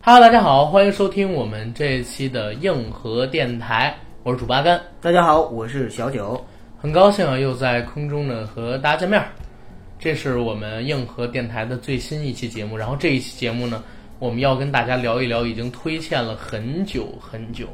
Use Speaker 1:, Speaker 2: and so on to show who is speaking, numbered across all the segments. Speaker 1: Hello，大家好，欢迎收听我们这一期的硬核电台，我是主八竿，
Speaker 2: 大家好，我是小九。
Speaker 1: 很高兴啊，又在空中呢和大家见面儿。这是我们硬核电台的最新一期节目，然后这一期节目呢，我们要跟大家聊一聊已经推荐了很久很久、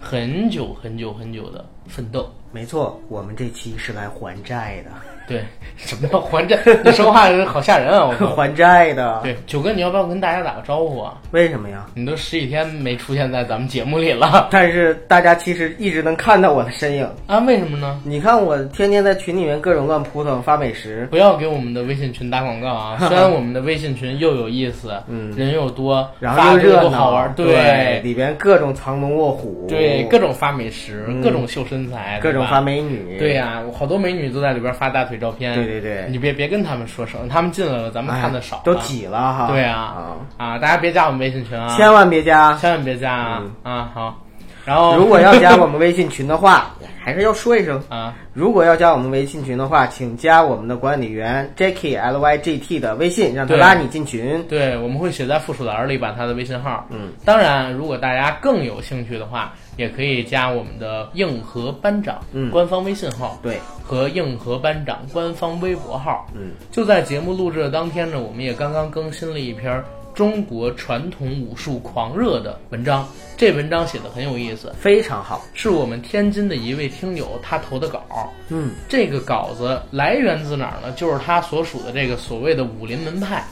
Speaker 1: 很久很久很久的《奋斗
Speaker 2: 没错，我们这期是来还债》。
Speaker 1: 对，什么叫还债？你说话好吓人啊！我
Speaker 2: 的，
Speaker 1: 靠。
Speaker 2: 还债的。
Speaker 1: 对，九哥，你要不要跟大家打个招呼啊？
Speaker 2: 为什么呀？
Speaker 1: 你都十几天没出现在咱们节目里了
Speaker 2: 但是大家其实一直能看到我的身影。
Speaker 1: 啊？为什么呢？
Speaker 2: 你看我天天在群里面各种乱扑腾发美食，
Speaker 1: 不要给我们的微信群打广告啊！ 虽然我们的微信群又有意思，
Speaker 2: 嗯
Speaker 1: 人又多，
Speaker 2: 然后又
Speaker 1: 发的
Speaker 2: 热
Speaker 1: 又
Speaker 2: 闹，
Speaker 1: 好玩，
Speaker 2: 对，
Speaker 1: 对
Speaker 2: 里边各种藏龙卧虎，
Speaker 1: 对，各种发美食，
Speaker 2: 嗯
Speaker 1: 各种秀身材，
Speaker 2: 各种
Speaker 1: 对吧
Speaker 2: 发。美女，
Speaker 1: 对呀、我好多美女都在里边发大腿照片。
Speaker 2: 对对对
Speaker 1: 你别别跟他们说声，他们进来了，咱
Speaker 2: 哎，
Speaker 1: 们看的少、啊
Speaker 2: 都挤了哈。
Speaker 1: 对
Speaker 2: 啊
Speaker 1: 啊，，啊，大家别加我们微信群啊，
Speaker 2: 千万别加。
Speaker 1: 千万别加啊、啊！好，然 后
Speaker 2: 如果要加我们微信群的话，还是要说一声。
Speaker 1: 啊，
Speaker 2: 如果要加我们微信群的话，请加我们的管理员 Jacky L Y G T 的微信，让他
Speaker 1: 对
Speaker 2: 拉你进群。
Speaker 1: 对，我们会写在附属栏里，把他的微信号。
Speaker 2: 嗯，
Speaker 1: 当然，如果大家更有兴趣的话，也可以加我们的硬核班长
Speaker 2: 嗯
Speaker 1: 官方微信号
Speaker 2: 对，
Speaker 1: 和硬核班长官方微博号。
Speaker 2: 嗯，
Speaker 1: 就在节目录制的当天呢，我们也刚刚更新了一篇中国传统武术狂热的文章，这文章写的很有意思，
Speaker 2: 非常好。
Speaker 1: 是我们天津的一位听友他投的稿。
Speaker 2: 嗯，
Speaker 1: 这个稿子来源自哪儿呢？就是他所属的这个所谓的武林门派，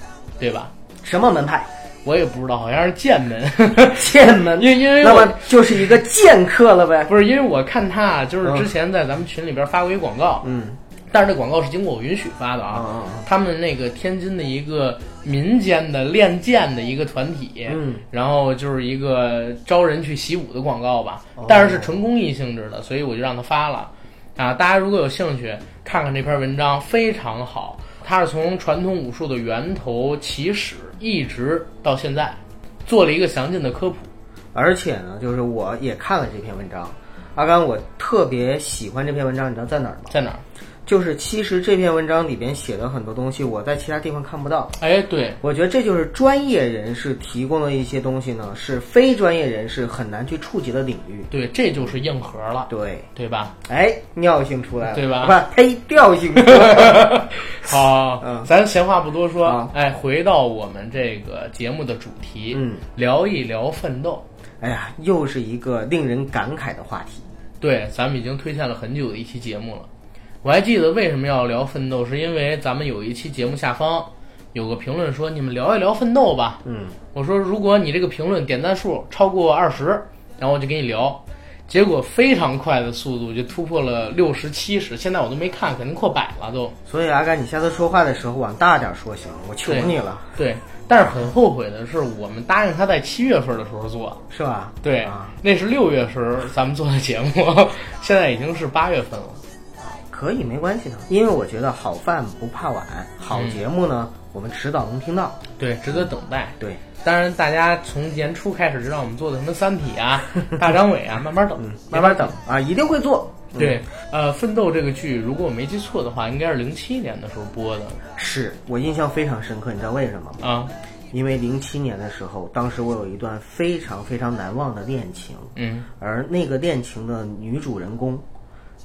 Speaker 1: 对吧？
Speaker 2: 什么门派？
Speaker 1: 我也不知道，好像是剑门，
Speaker 2: 剑门。
Speaker 1: 因为因为
Speaker 2: 那
Speaker 1: 我
Speaker 2: 么就是一个剑客了呗。
Speaker 1: 不是因为我看他啊，就是
Speaker 2: 嗯
Speaker 1: 之前在咱们群里边发过一广告，
Speaker 2: 嗯，
Speaker 1: 但是这广告是经过我允许发的啊。
Speaker 2: 啊，
Speaker 1: 他们那个天津的一个民间的练剑的一个团体，
Speaker 2: 嗯，
Speaker 1: 然后就是一个招人去习武的广告吧
Speaker 2: 哦，
Speaker 1: 但是是纯公益性质的，所以我就让他发了。啊，大家如果有兴趣，看看这篇文章非常好，它是从传统武术的源头起始一直到现在，做了一个详尽的科普。
Speaker 2: 而且呢，就是我也看了这篇文章。阿甘，我特别喜欢这篇文章，你知道在哪儿吗？
Speaker 1: 在哪儿？
Speaker 2: 就是其实这篇文章里边写的很多东西，我在其他地方看不到。
Speaker 1: 哎，对，
Speaker 2: 我觉得这就是专业人士提供的一些东西呢，是非专业人士很难去触及的领域。
Speaker 1: 对，这就是硬核了，
Speaker 2: 对，
Speaker 1: 对 吧？
Speaker 2: 哎，尿性出来了，啊
Speaker 1: 对吧
Speaker 2: 不，呸，调性出来了。
Speaker 1: 好，
Speaker 2: 嗯
Speaker 1: 咱闲话不多说，
Speaker 2: 啊
Speaker 1: 哎，回到我们这个节目的主题，
Speaker 2: 嗯，
Speaker 1: 聊一聊奋斗。
Speaker 2: 哎呀，又是一个令人感慨的话题。
Speaker 1: 对，咱们已经推荐了很久的一期节目了。我还记得为什么要聊奋斗，是因为咱们有一期节目下方有个评论说：“你们聊一聊奋斗吧。”
Speaker 2: 嗯，
Speaker 1: 我说：“如果你这个评论点赞数超过二十，然后我就跟你聊。”结果非常快的速度就突破了六十七十，现在我都没看，肯定破百了都。
Speaker 2: 所以阿甘，你下次说话的时候往大点说行，我求你了，
Speaker 1: 对，但是很后悔的是，我们答应他在七月份的时候做，
Speaker 2: 是吧？
Speaker 1: 对，
Speaker 2: 啊，
Speaker 1: 那是六月时咱们做的节目， 现在已经是八月份了。
Speaker 2: 可以，没关系的，因为我觉得好饭不怕晚，好节目呢，我们迟早能听到。
Speaker 1: 对，值得等待。
Speaker 2: 对，
Speaker 1: 当然，大家从年初开始知道我们做的什么《三体》啊、 大张伟啊，慢慢等，
Speaker 2: 慢慢等啊，一定会做。嗯
Speaker 1: 对，呃，《奋斗》这个剧，如果我没记错的话，应该是零七年的时候播的
Speaker 2: 是我印象非常深刻，你知道为什么吗？
Speaker 1: 啊。
Speaker 2: 因为零七年的时候，当时我有一段非常非常难忘的恋情，
Speaker 1: 嗯，
Speaker 2: 而那个恋情的女主人公，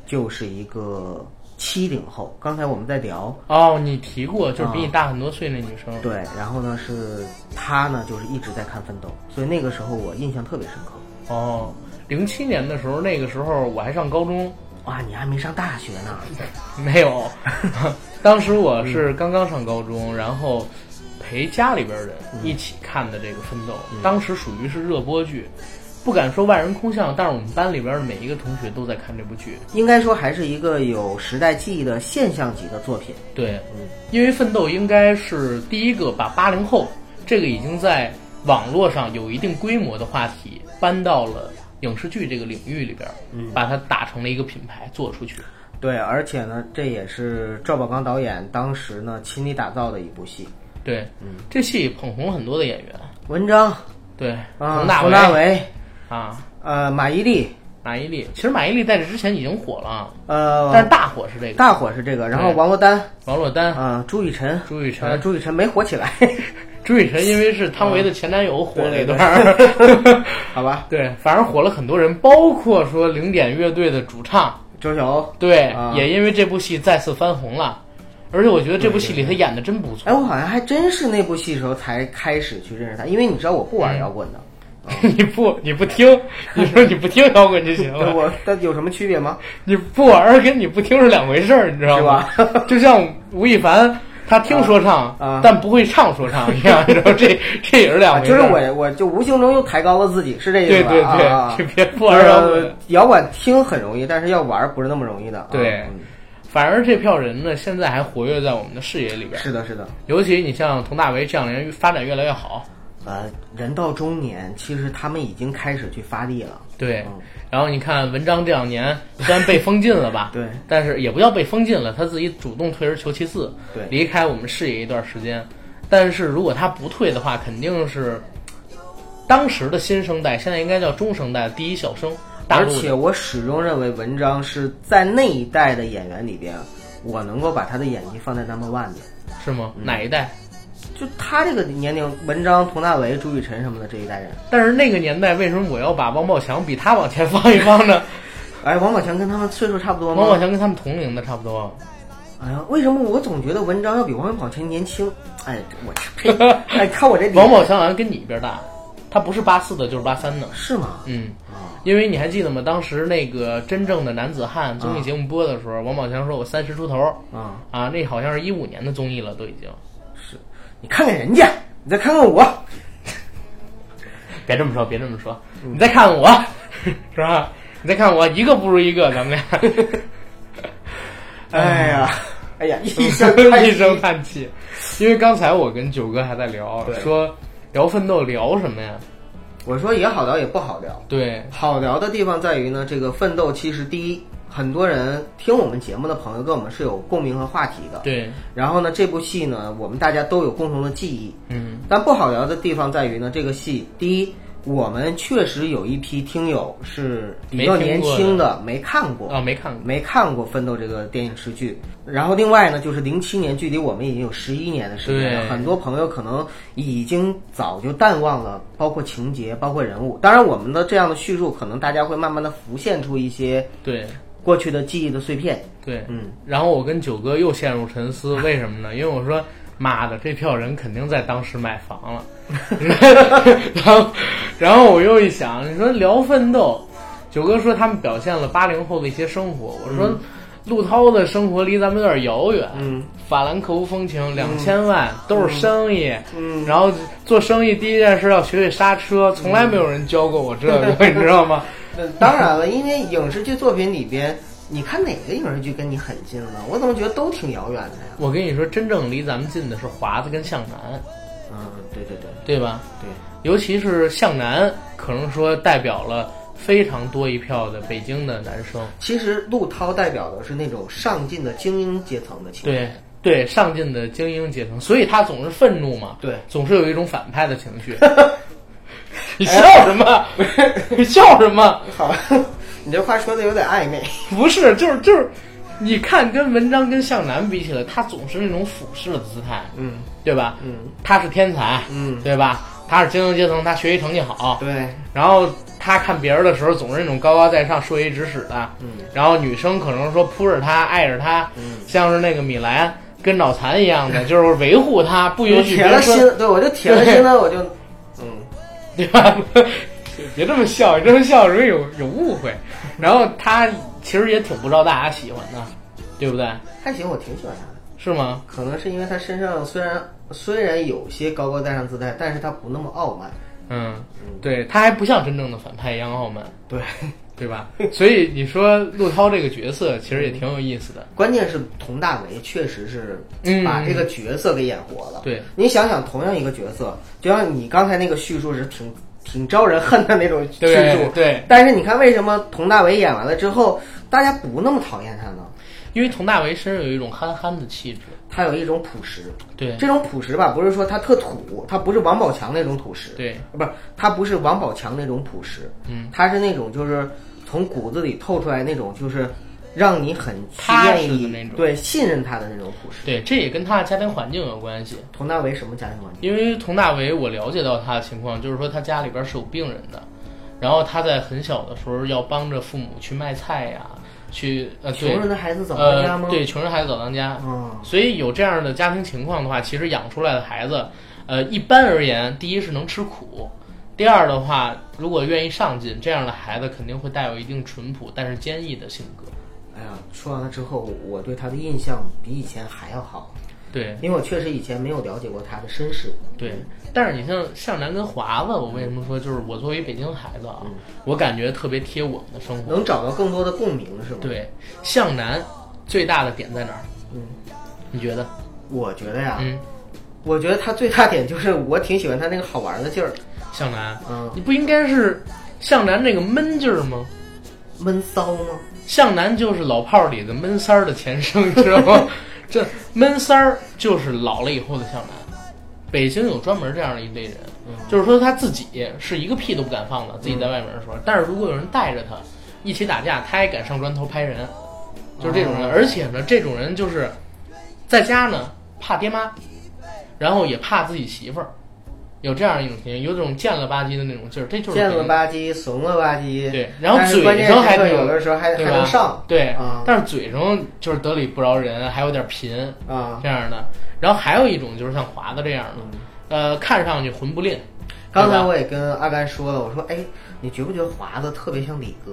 Speaker 2: 就是一个七零后。刚才我们在聊，
Speaker 1: 哦，你提过，
Speaker 2: 啊
Speaker 1: 就是比你大很多岁那女生。
Speaker 2: 对，然后呢是她呢就是一直在看《奋斗》，所以那个时候我印象特别深刻。
Speaker 1: 哦，零七年的时候，那个时候我还上高中，
Speaker 2: 哇，你还没上大学呢，
Speaker 1: 没有，当时我是刚刚上高中，然后陪家里边人一起看的这个《奋斗》当时属于是热播剧，不敢说万人空巷，但是我们班里边的每一个同学都在看这部剧。
Speaker 2: 应该说还是一个有时代记忆的现象级的作品。
Speaker 1: 对
Speaker 2: 嗯，
Speaker 1: 因为《奋斗》应该是第一个把八零后这个已经在网络上有一定规模的话题搬到了影视剧这个领域里边，把它打成了一个品牌做出去。
Speaker 2: 对，而且呢，这也是赵宝刚导演当时呢亲力打造的一部戏。
Speaker 1: 对，这戏捧红很多的演员，
Speaker 2: 文章
Speaker 1: 对，
Speaker 2: 啊，
Speaker 1: 佟大
Speaker 2: 佟
Speaker 1: 为
Speaker 2: 大为，
Speaker 1: 啊。
Speaker 2: 呃，马伊琍，
Speaker 1: 马伊琍，其实马伊琍在这之前已经火了，啊
Speaker 2: 呃，
Speaker 1: 但是大火是这个
Speaker 2: 大伙是这个，然后
Speaker 1: 对
Speaker 2: 王珞丹
Speaker 1: 王珞丹、
Speaker 2: 啊、朱雨辰，
Speaker 1: 朱雨辰
Speaker 2: 呃，朱雨辰没火起来，
Speaker 1: 朱雨辰因为是汤
Speaker 2: 嗯
Speaker 1: 唯的前男友火了一段儿，
Speaker 2: 好吧？
Speaker 1: 对，反正火了很多人，包括说零点乐队的主唱，
Speaker 2: 周晓鸥，
Speaker 1: 对，
Speaker 2: 啊
Speaker 1: 也因为这部戏再次翻红了。而且我觉得这部戏里他演的真不
Speaker 2: 哎，
Speaker 1: 错，
Speaker 2: 我好像还真是那部戏的时候才开始去认识他，因为你知道我不玩摇滚的，
Speaker 1: 你不你不听， 你说你不听摇滚就行
Speaker 2: 那
Speaker 1: 了，
Speaker 2: 我那有什么区别吗？
Speaker 1: 你不玩儿跟你不听是两回事儿，你知道吗？就像吴亦凡，他听说唱，
Speaker 2: 啊
Speaker 1: 但不会唱说唱一 样，你知道这这也是两
Speaker 2: 啊，
Speaker 1: 回
Speaker 2: 就
Speaker 1: 事儿。
Speaker 2: 是我我就无形中又抬高了自己，是这意
Speaker 1: 对
Speaker 2: 思吧？
Speaker 1: 对对，
Speaker 2: 啊啊
Speaker 1: 这别不
Speaker 2: 就
Speaker 1: 玩
Speaker 2: 是
Speaker 1: 儿摇滚。
Speaker 2: 摇滚听很容易，但是要玩儿不是那么容易的。啊
Speaker 1: 对
Speaker 2: 嗯
Speaker 1: 反而这票人呢，现在还活跃在我们的视野里边儿。
Speaker 2: 是的，是的。
Speaker 1: 尤其你像佟大为这样的人，发展越来越好。
Speaker 2: 呃，人到中年，其实他们已经开始去发力了。
Speaker 1: 对，然后你看文章这两年虽然被封禁了吧
Speaker 2: ，对
Speaker 1: 但是也不叫被封禁了，他自己主动退而求其次，
Speaker 2: 对
Speaker 1: 离开我们视野一段时间。但是如果他不退的话，肯定是当时的新生代，现在应该叫中生代第一小生，大
Speaker 2: 而
Speaker 1: 陆
Speaker 2: 且
Speaker 1: 的
Speaker 2: 我始终认为，文章是在那一代的演员里边，我能够把他的演技放在 number one 的。
Speaker 1: 是吗？
Speaker 2: 嗯
Speaker 1: 哪一代？
Speaker 2: 就他这个年龄，文章、佟大为、朱雨辰什么的这一代人，
Speaker 1: 但是那个年代，为什么我要把王宝强比他往前放一放 呢？
Speaker 2: 哎，王宝强跟他们岁数差不多
Speaker 1: 王宝
Speaker 2: 吗？
Speaker 1: 强跟他们同龄的差不多，
Speaker 2: 哎呀，为什么我总觉得文章要比王宝强年轻？哎，我 呸！哎，看我这脸
Speaker 1: 王宝强好像跟你一边大，他不是八四的，就是八三的。
Speaker 2: 是吗？
Speaker 1: 嗯，
Speaker 2: 啊，
Speaker 1: 因为你还记得吗？当时那个真正的男子汉综艺节目播的时候，王宝强说：“我三十出头
Speaker 2: 啊，
Speaker 1: 啊，那好像是一五年的综艺了，都已经。
Speaker 2: 是，你看看人家，你再看看我，”
Speaker 1: 别这么说，别这么说，嗯你再看我， 是吧？你再看我，一个不如一个，咱们俩
Speaker 2: 哎呀，哎 呀，一声
Speaker 1: 一声
Speaker 2: 叹息
Speaker 1: 叹气。因为刚才我跟九哥还在聊，
Speaker 2: 对
Speaker 1: 说聊奋斗聊什么呀？
Speaker 2: 我说也好聊，也不好聊。
Speaker 1: 对，
Speaker 2: 好聊的地方在于呢，这个奋斗其实第一，很多人听我们节目的朋友跟我们是有共鸣和话题的。
Speaker 1: 对，
Speaker 2: 然后呢，这部戏呢，我们大家都有共同的记忆。
Speaker 1: 嗯，
Speaker 2: 但不好聊的地方在于呢，这个戏第一，我们确实有一批听友是比较
Speaker 1: 没听
Speaker 2: 年
Speaker 1: 过的
Speaker 2: 轻的，没看过
Speaker 1: 啊，没看过，
Speaker 2: 没看过《奋斗》这个电影视剧。然后另外呢，就是零七年，距离我们已经有十一年的时间了，
Speaker 1: 对
Speaker 2: 很多朋友可能已经早就淡忘了，包括情节，包括人物。当然，我们的这样的叙述，可能大家会慢慢的浮现出一些
Speaker 1: 对。
Speaker 2: 过去的记忆的碎片。
Speaker 1: 对，
Speaker 2: 嗯，
Speaker 1: 然后我跟九哥又陷入沉 思，为什么呢？因为我说，妈的，这票人肯定在当时买房 了。然后， 然后我又一想，你说聊奋斗，九哥说他们表现了八零后的一些生活，我说。陆涛的生活离咱们有点遥远，
Speaker 2: 嗯，
Speaker 1: 法兰克福风情，两千万、都是生意，
Speaker 2: 嗯
Speaker 1: 然后做生意第一件事要学会刹车，从来没有人教过我这个， 你知道吗？
Speaker 2: 嗯当然了，因为影视剧作品里边，你看哪个影视剧跟你很近了？我怎么觉得都挺遥远的呀？
Speaker 1: 我跟你说，真正离咱们近的是华子跟向南，
Speaker 2: 嗯，对对对
Speaker 1: 对吧？
Speaker 2: 对。
Speaker 1: 尤其是向南，可能说代表了非常多一票的北京的男生，
Speaker 2: 其实陆涛代表的是那种上进的精英阶层的情
Speaker 1: 对
Speaker 2: 况。
Speaker 1: 对，上进的精英阶层，所以他总是愤怒嘛，
Speaker 2: 对
Speaker 1: 总是有一种反派的情绪。你笑什么？ 你笑什么？
Speaker 2: 好， 你这话说的有点暧昧。
Speaker 1: 不是，就是就是，你看跟文章跟向南比起来，他总是那种俯视的姿态，
Speaker 2: 嗯
Speaker 1: 对吧？
Speaker 2: 嗯
Speaker 1: 他是天才，
Speaker 2: 嗯，
Speaker 1: 对吧？他是精英阶层，他学习成绩好，
Speaker 2: 对，
Speaker 1: 然后他看别人的时候总是那种高高在上、说一指使的，
Speaker 2: 嗯
Speaker 1: 然后女生可能说扑着他、爱着他，
Speaker 2: 嗯，
Speaker 1: 像是那个米兰跟脑残一样 的，就是维护他，不允许
Speaker 2: 铁
Speaker 1: 别
Speaker 2: 了
Speaker 1: 人
Speaker 2: 心
Speaker 1: 说，，
Speaker 2: 对我就铁了心了，我就，嗯，
Speaker 1: 对吧？ 别这么笑，你这么笑容易有有误会。然后他其实也挺不招大家喜欢的，对不对？
Speaker 2: 还行，我挺喜欢他的。
Speaker 1: 是吗？
Speaker 2: 可能是因为他身上虽然虽然有些高高在上姿态，但是他不那么傲慢。
Speaker 1: 嗯，对，他还不像真正的反派一样傲慢，
Speaker 2: 对，
Speaker 1: 对吧？所以你说陆涛这个角色其实也挺有意思的。
Speaker 2: 关键是佟大为确实是
Speaker 1: 嗯
Speaker 2: 把这个角色给演活了。
Speaker 1: 对，
Speaker 2: 你想想，同样一个角色，就像你刚才那个叙述是挺挺招人恨的那种叙
Speaker 1: 对
Speaker 2: 述，
Speaker 1: 对，
Speaker 2: 但是你看，为什么佟大为演完了之后，大家不那么讨厌他呢？
Speaker 1: 因为佟大为身上有一种憨憨的气质，
Speaker 2: 他有一种朴实，
Speaker 1: 对
Speaker 2: 这种朴实吧，不是说他特土，他不是王宝强那种朴实，
Speaker 1: 对，
Speaker 2: 不是他不是王宝强那种朴实，
Speaker 1: 嗯，
Speaker 2: 他是那种就是从骨子里透出来那种就是让你很去
Speaker 1: 踏
Speaker 2: 愿
Speaker 1: 实的
Speaker 2: 意
Speaker 1: 那种
Speaker 2: 对信任他的那种故事。
Speaker 1: 对，这也跟他的家庭环境有关系。
Speaker 2: 佟大为什么家庭环境？
Speaker 1: 因为佟大为，我了解到他的情况，就是说他家里边是有病人的，然后他在很小的时候要帮着父母去卖菜呀，去呃对
Speaker 2: 穷人的孩子早当家
Speaker 1: 呃
Speaker 2: 吗？
Speaker 1: 对，穷人孩子早当家，
Speaker 2: 嗯，
Speaker 1: 所以有这样的家庭情况的话，其实养出来的孩子，呃，一般而言，第一是能吃苦，第二的话，如果愿意上进，这样的孩子肯定会带有一定淳朴但是坚毅的性格。
Speaker 2: 哎呀，说完了之后，我对他的印象比以前还要好，
Speaker 1: 对
Speaker 2: 因为我确实以前没有了解过他的身世。
Speaker 1: 对，但是你像向南跟华子，我为什么说就是我作为北京孩子啊，
Speaker 2: 嗯
Speaker 1: 我感觉特别贴我们的生活。
Speaker 2: 能找到更多的共鸣是吗？，
Speaker 1: 对，向南最大的点在哪儿？
Speaker 2: 嗯，
Speaker 1: 你觉得？
Speaker 2: 我觉得呀，
Speaker 1: 嗯，
Speaker 2: 我觉得他最大点就是我挺喜欢他那个好玩的劲儿，
Speaker 1: 向南，
Speaker 2: 嗯，
Speaker 1: 你不应该是向南这个闷劲儿吗？
Speaker 2: 闷骚吗？
Speaker 1: 向南就是老炮儿里的闷三儿的前身，你知道 吗？这闷三儿就是老了以后的向南。北京有专门这样的一类人，
Speaker 2: 嗯
Speaker 1: 就是说他自己是一个屁都不敢放的，自己在外面的时候，但是如果有人带着他一起打架，他也敢上砖头拍人，就是这种人。
Speaker 2: 哦
Speaker 1: 而且呢，这种人就是在家呢怕爹妈，然后也怕自己媳妇儿，有这样一种情形，有种贱了吧唧的那种劲儿，这就是
Speaker 2: 贱
Speaker 1: 北
Speaker 2: 了
Speaker 1: 京
Speaker 2: 吧唧，怂了吧唧，
Speaker 1: 对然后
Speaker 2: 但是
Speaker 1: 嘴
Speaker 2: 关键
Speaker 1: 上
Speaker 2: 时刻
Speaker 1: 还能
Speaker 2: 有的时候还还
Speaker 1: 对吧
Speaker 2: 能上
Speaker 1: 对，
Speaker 2: 啊
Speaker 1: 但是嘴上就是得理不饶人，还有点贫
Speaker 2: 啊。嗯
Speaker 1: 这样的。然后还有一种就是像华子这样的，呃，看上去混不吝，
Speaker 2: 刚才
Speaker 1: 对吧
Speaker 2: 我也跟阿甘说了，我说哎，你觉不觉得华子特别像李哥？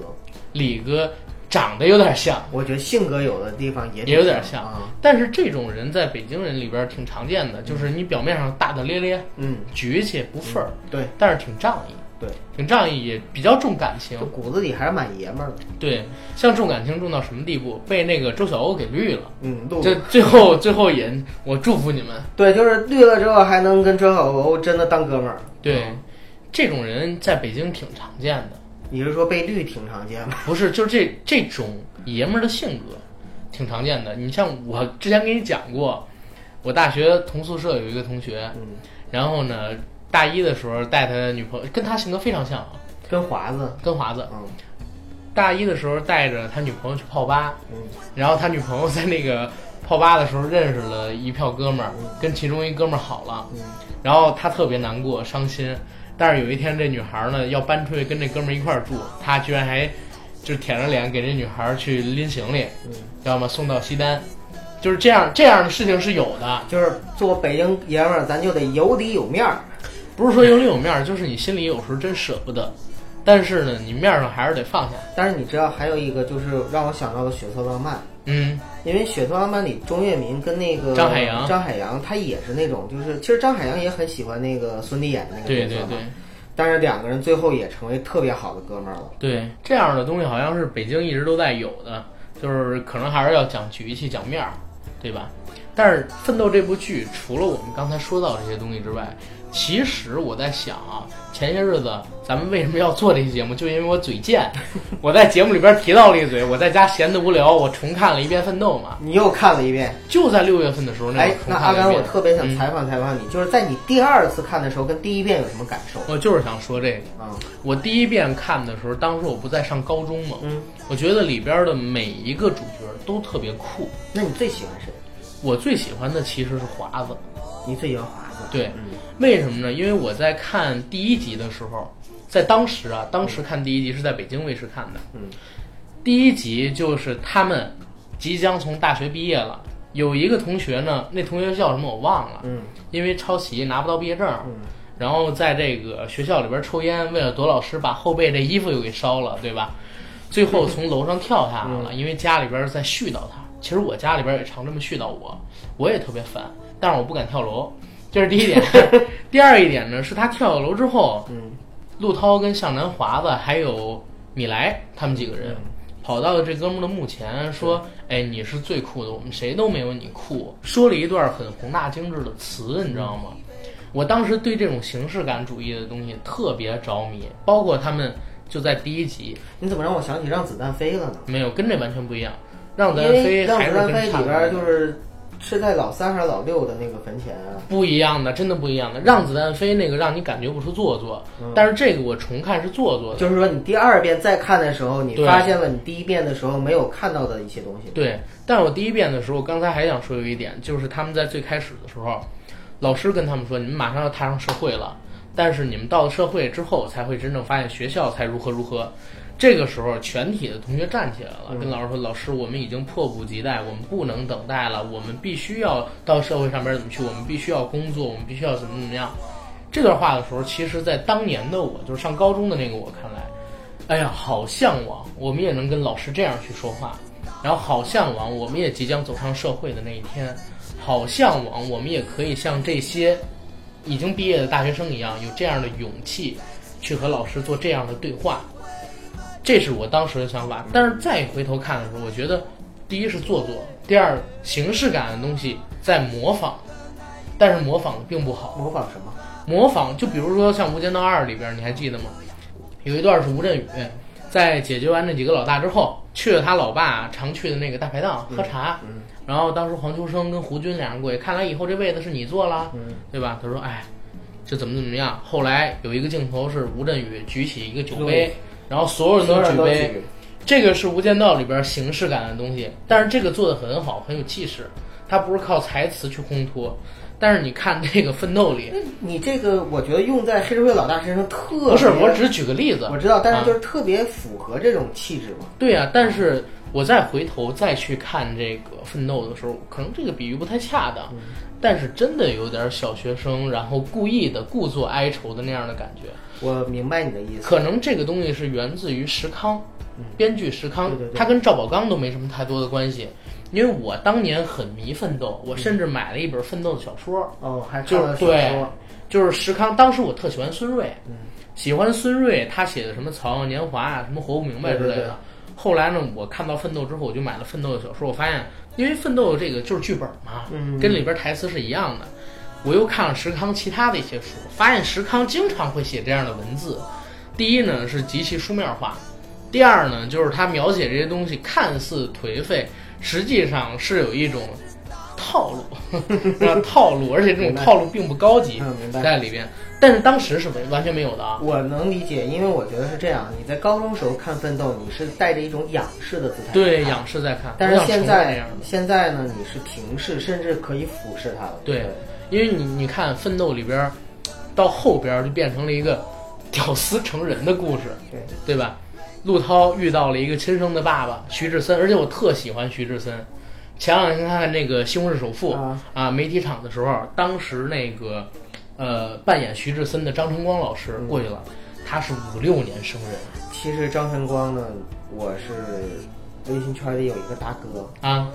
Speaker 1: 李哥长得有点像，
Speaker 2: 我觉得性格有的地方也
Speaker 1: 也有点像
Speaker 2: 啊，。
Speaker 1: 但是这种人在北京人里边挺常见的，就是你表面上大大咧咧、
Speaker 2: 嗯，
Speaker 1: 局气不忿儿，
Speaker 2: 对
Speaker 1: 但是挺仗义，
Speaker 2: 对，
Speaker 1: 挺仗义，也比较重感情
Speaker 2: 就。骨子里还是蛮爷们儿的。
Speaker 1: 对，像重感情重到什么地步？被那个周晓鸥给绿了。
Speaker 2: 嗯，路
Speaker 1: 这最后最后也，我祝福你们，
Speaker 2: 对，就是绿了之后还能跟周晓鸥真的当哥们儿。
Speaker 1: 对，这种人在北京挺常见的，
Speaker 2: 你是说被绿挺常见吗？
Speaker 1: 不是，就是这这种爷们儿的性格挺常见的。你像我之前给你讲过，我大学同宿舍有一个同学，
Speaker 2: 嗯，
Speaker 1: 然后呢，大一的时候带他的女朋友，跟他性格非常像啊，
Speaker 2: 跟华子，
Speaker 1: 跟华子。
Speaker 2: 嗯
Speaker 1: 大一的时候带着他女朋友去泡吧，
Speaker 2: 嗯，
Speaker 1: 然后他女朋友在那个泡吧的时候认识了一票哥们儿，跟其中一哥们儿好了，
Speaker 2: 嗯
Speaker 1: 然后他特别难过伤心，但是有一天这女孩儿呢要搬出去跟这哥们儿一块儿住，他居然还就是舔着脸给这女孩儿去拎行李，
Speaker 2: 嗯，
Speaker 1: 知道吗？送到西单，就是这样这样的事情是有的，
Speaker 2: 就是做北京爷们儿，咱就得有里有面儿。
Speaker 1: 不是说有里有面儿，就是你心里有时候真舍不得，但是呢你面儿上还是得放下，
Speaker 2: 但是你知道还有一个就是让我想到了《血色浪漫》，
Speaker 1: 嗯，
Speaker 2: 因为《血色浪漫》里钟跃民跟那个
Speaker 1: 张海洋
Speaker 2: 张海洋他也是那种，就是其实张海洋也很喜欢那个孙俪演的那个
Speaker 1: 对
Speaker 2: 角色
Speaker 1: 对
Speaker 2: 嘛
Speaker 1: 对。
Speaker 2: 但是两个人最后也成为特别好的哥们儿了。
Speaker 1: 对，这样的东西好像是北京一直都在有的，就是可能还是要讲局气、讲面儿，对吧？但是《奋斗》这部剧，除了我们刚才说到这些东西之外，其实我在想啊，前些日子咱们为什么要做这期节目，就因为我嘴 贱，我在节目里边提到了一嘴，我在家闲得无聊，我重看了一遍《奋斗》嘛，
Speaker 2: 你又看了一遍，
Speaker 1: 就在六月份的时候那会儿，
Speaker 2: 哎
Speaker 1: 重
Speaker 2: 那
Speaker 1: 看
Speaker 2: 阿
Speaker 1: 了一
Speaker 2: 甘，
Speaker 1: 遍。
Speaker 2: 我特别想
Speaker 1: 嗯
Speaker 2: 采访采访你，就是在你第二次看的时候跟第一遍有什么感受？
Speaker 1: 我就是想说这个，
Speaker 2: 啊，
Speaker 1: 我第一遍看的时候，当时我不在上高中嘛，
Speaker 2: 嗯，
Speaker 1: 我觉得里边的每一个主角都特别酷，
Speaker 2: 那你最喜欢谁？
Speaker 1: 我最喜欢的其实是华子，
Speaker 2: 你最喜欢华子？
Speaker 1: 对，
Speaker 2: 嗯
Speaker 1: 为什么呢？因为我在看第一集的时候，在当时啊，当时看第一集是在北京卫视看的，
Speaker 2: 嗯，
Speaker 1: 第一集就是他们即将从大学毕业了，有一个同学呢，那同学叫什么我忘了，
Speaker 2: 嗯
Speaker 1: 因为抄袭拿不到毕业证，
Speaker 2: 嗯
Speaker 1: 然后在这个学校里边抽烟，为了躲老师，把后背这衣服又给烧了，对吧？最后从楼上跳下来了，
Speaker 2: 嗯
Speaker 1: 因为家里边在絮叨他。其实我家里边也常这么絮叨我，我也特别烦，但是我不敢跳楼，这是第 一点。第二一点呢，是他跳下楼之后，
Speaker 2: 嗯
Speaker 1: 陆涛跟向南华子还有米莱他们几个人。
Speaker 2: 嗯
Speaker 1: 跑到了这哥们儿的墓前，说：“哎，你是最酷的，我们谁都没有你酷。”说了一段很宏大精致的词，你知道吗？我当时对这种形式感主义的东西特别着迷，包括他们就在第一集
Speaker 2: 你怎么让我想起《让子弹飞》了呢？
Speaker 1: 没有跟这完全不一样，让子
Speaker 2: 因
Speaker 1: 弹
Speaker 2: 为
Speaker 1: 飞
Speaker 2: 《让
Speaker 1: 还
Speaker 2: 子
Speaker 1: 是
Speaker 2: 弹
Speaker 1: 跟
Speaker 2: 飞》里边就是是在老三还是老六的那个坟前啊？
Speaker 1: 不一样的，真的不一样的。让子弹飞那个让你感觉不出做作，
Speaker 2: 嗯
Speaker 1: 但是这个我重看是做作的。
Speaker 2: 就是说，你第二遍再看的时候，你
Speaker 1: 对
Speaker 2: 发现了你第一遍的时候没有看到的一些东西。
Speaker 1: 对，但我第一遍的时候，刚才还想说有一点，就是他们在最开始的时候，老师跟他们说，你们马上要踏上社会了，但是你们到了社会之后，才会真正发现学校才如何如何。这个时候，全体的同学站起来了，跟老师说：“老师，我们已经迫不及待，我们不能等待了，我们必须要到社会上边怎么去，我们必须要工作，我们必须要怎么怎么样。”这段话的时候，其实，在当年的我，就是上高中的那个我看来，哎呀，好向往，我们也能跟老师这样去说话，然后好向往，我们也即将走上社会的那一天，好向往，我们也可以像这些已经毕业的大学生一样，有这样的勇气去和老师做这样的对话，这是我当时的想法。但是再回头看的时候，我觉得，第一是做作，第二形式感的东西在模仿，但是模仿的并不好。
Speaker 2: 模仿什么？
Speaker 1: 模仿，就比如说像《无间道二》里边，你还记得吗？有一段是吴镇宇在解决完那几个老大之后，去了他老爸常去的那个大排档喝茶，
Speaker 2: 嗯
Speaker 1: 然后当时黄秋生跟胡军两人过去，看来以后这辈子是你坐了，
Speaker 2: 嗯
Speaker 1: 对吧？他说，哎，这怎么怎么样？后来有一个镜头是吴镇宇举起一个酒杯，然后所有人
Speaker 2: 所有
Speaker 1: 都
Speaker 2: 人
Speaker 1: 举
Speaker 2: 都
Speaker 1: 杯，
Speaker 2: 举
Speaker 1: 这个是《无间道》里边形式感的东西，但是这个做的很好，很有气势，它不是靠台词去烘托。但是你看这个《奋斗》里，
Speaker 2: 你这个我觉得用在黑社会老大身上特别
Speaker 1: 不是，我只举个例子。
Speaker 2: 我知道，但
Speaker 1: 啊
Speaker 2: 是就是特别符合这种气质嘛。
Speaker 1: 对啊，但是我再回头再去看这个《奋斗》的时候，可能这个比喻不太恰当，
Speaker 2: 嗯
Speaker 1: 但是真的有点小学生，然后故意的故作哀愁的那样的感觉。
Speaker 2: 我明白你的意思。
Speaker 1: 可能这个东西是源自于石康，编剧石康
Speaker 2: 嗯对对，对
Speaker 1: 他跟赵宝刚都没什么太多的关系。因为我当年很迷《奋斗》，
Speaker 2: 嗯
Speaker 1: 我甚至买了一本《奋斗》的小说，
Speaker 2: 哦，还看
Speaker 1: 就
Speaker 2: 了
Speaker 1: 是
Speaker 2: 小
Speaker 1: 对
Speaker 2: 说，嗯
Speaker 1: 就是石康。当时我特喜欢孙瑞，喜欢孙瑞他写的什么《草样年华》啊，什么《活不明白》之类的。
Speaker 2: 对对对
Speaker 1: 后来呢，我看到《奋斗》之后，我就买了《奋斗》的小说。我发现，因为《奋斗》这个就是剧本嘛，
Speaker 2: 嗯
Speaker 1: 跟里边台词是一样的。我又看了石康其他的一些书，发现石康经常会写这样的文字。第一呢是极其书面化，第二呢就是他描写这些东西看似颓废，实际上是有一种套路， 啊套路，而且这种套路并不高级
Speaker 2: 嗯明白
Speaker 1: 在里边。但是当时是完完全没有的啊，
Speaker 2: 我能理解，因为我觉得是这样。你在高中时候看《奋斗》，你是带着一种仰视的姿态，
Speaker 1: 对，。仰视在看，
Speaker 2: 但
Speaker 1: 我
Speaker 2: 是
Speaker 1: 想成为
Speaker 2: 现
Speaker 1: 那
Speaker 2: 在
Speaker 1: 样的。
Speaker 2: 现在呢，你是平视，甚至可以俯视它了。
Speaker 1: 对，因为你你看《奋斗》里边儿，到后边儿就变成了一个屌丝成人的故事，
Speaker 2: 对，
Speaker 1: 对吧？陆涛遇到了一个亲生的爸爸徐志森，而且我特喜欢徐志森。前两天看那个《西红柿首富》
Speaker 2: 啊
Speaker 1: 媒体场的时候，当时那个呃扮演徐志森的张晨光老师过去了，他是五六年生人
Speaker 2: 其实张晨光呢，我是微信圈里有一个大哥，
Speaker 1: 啊，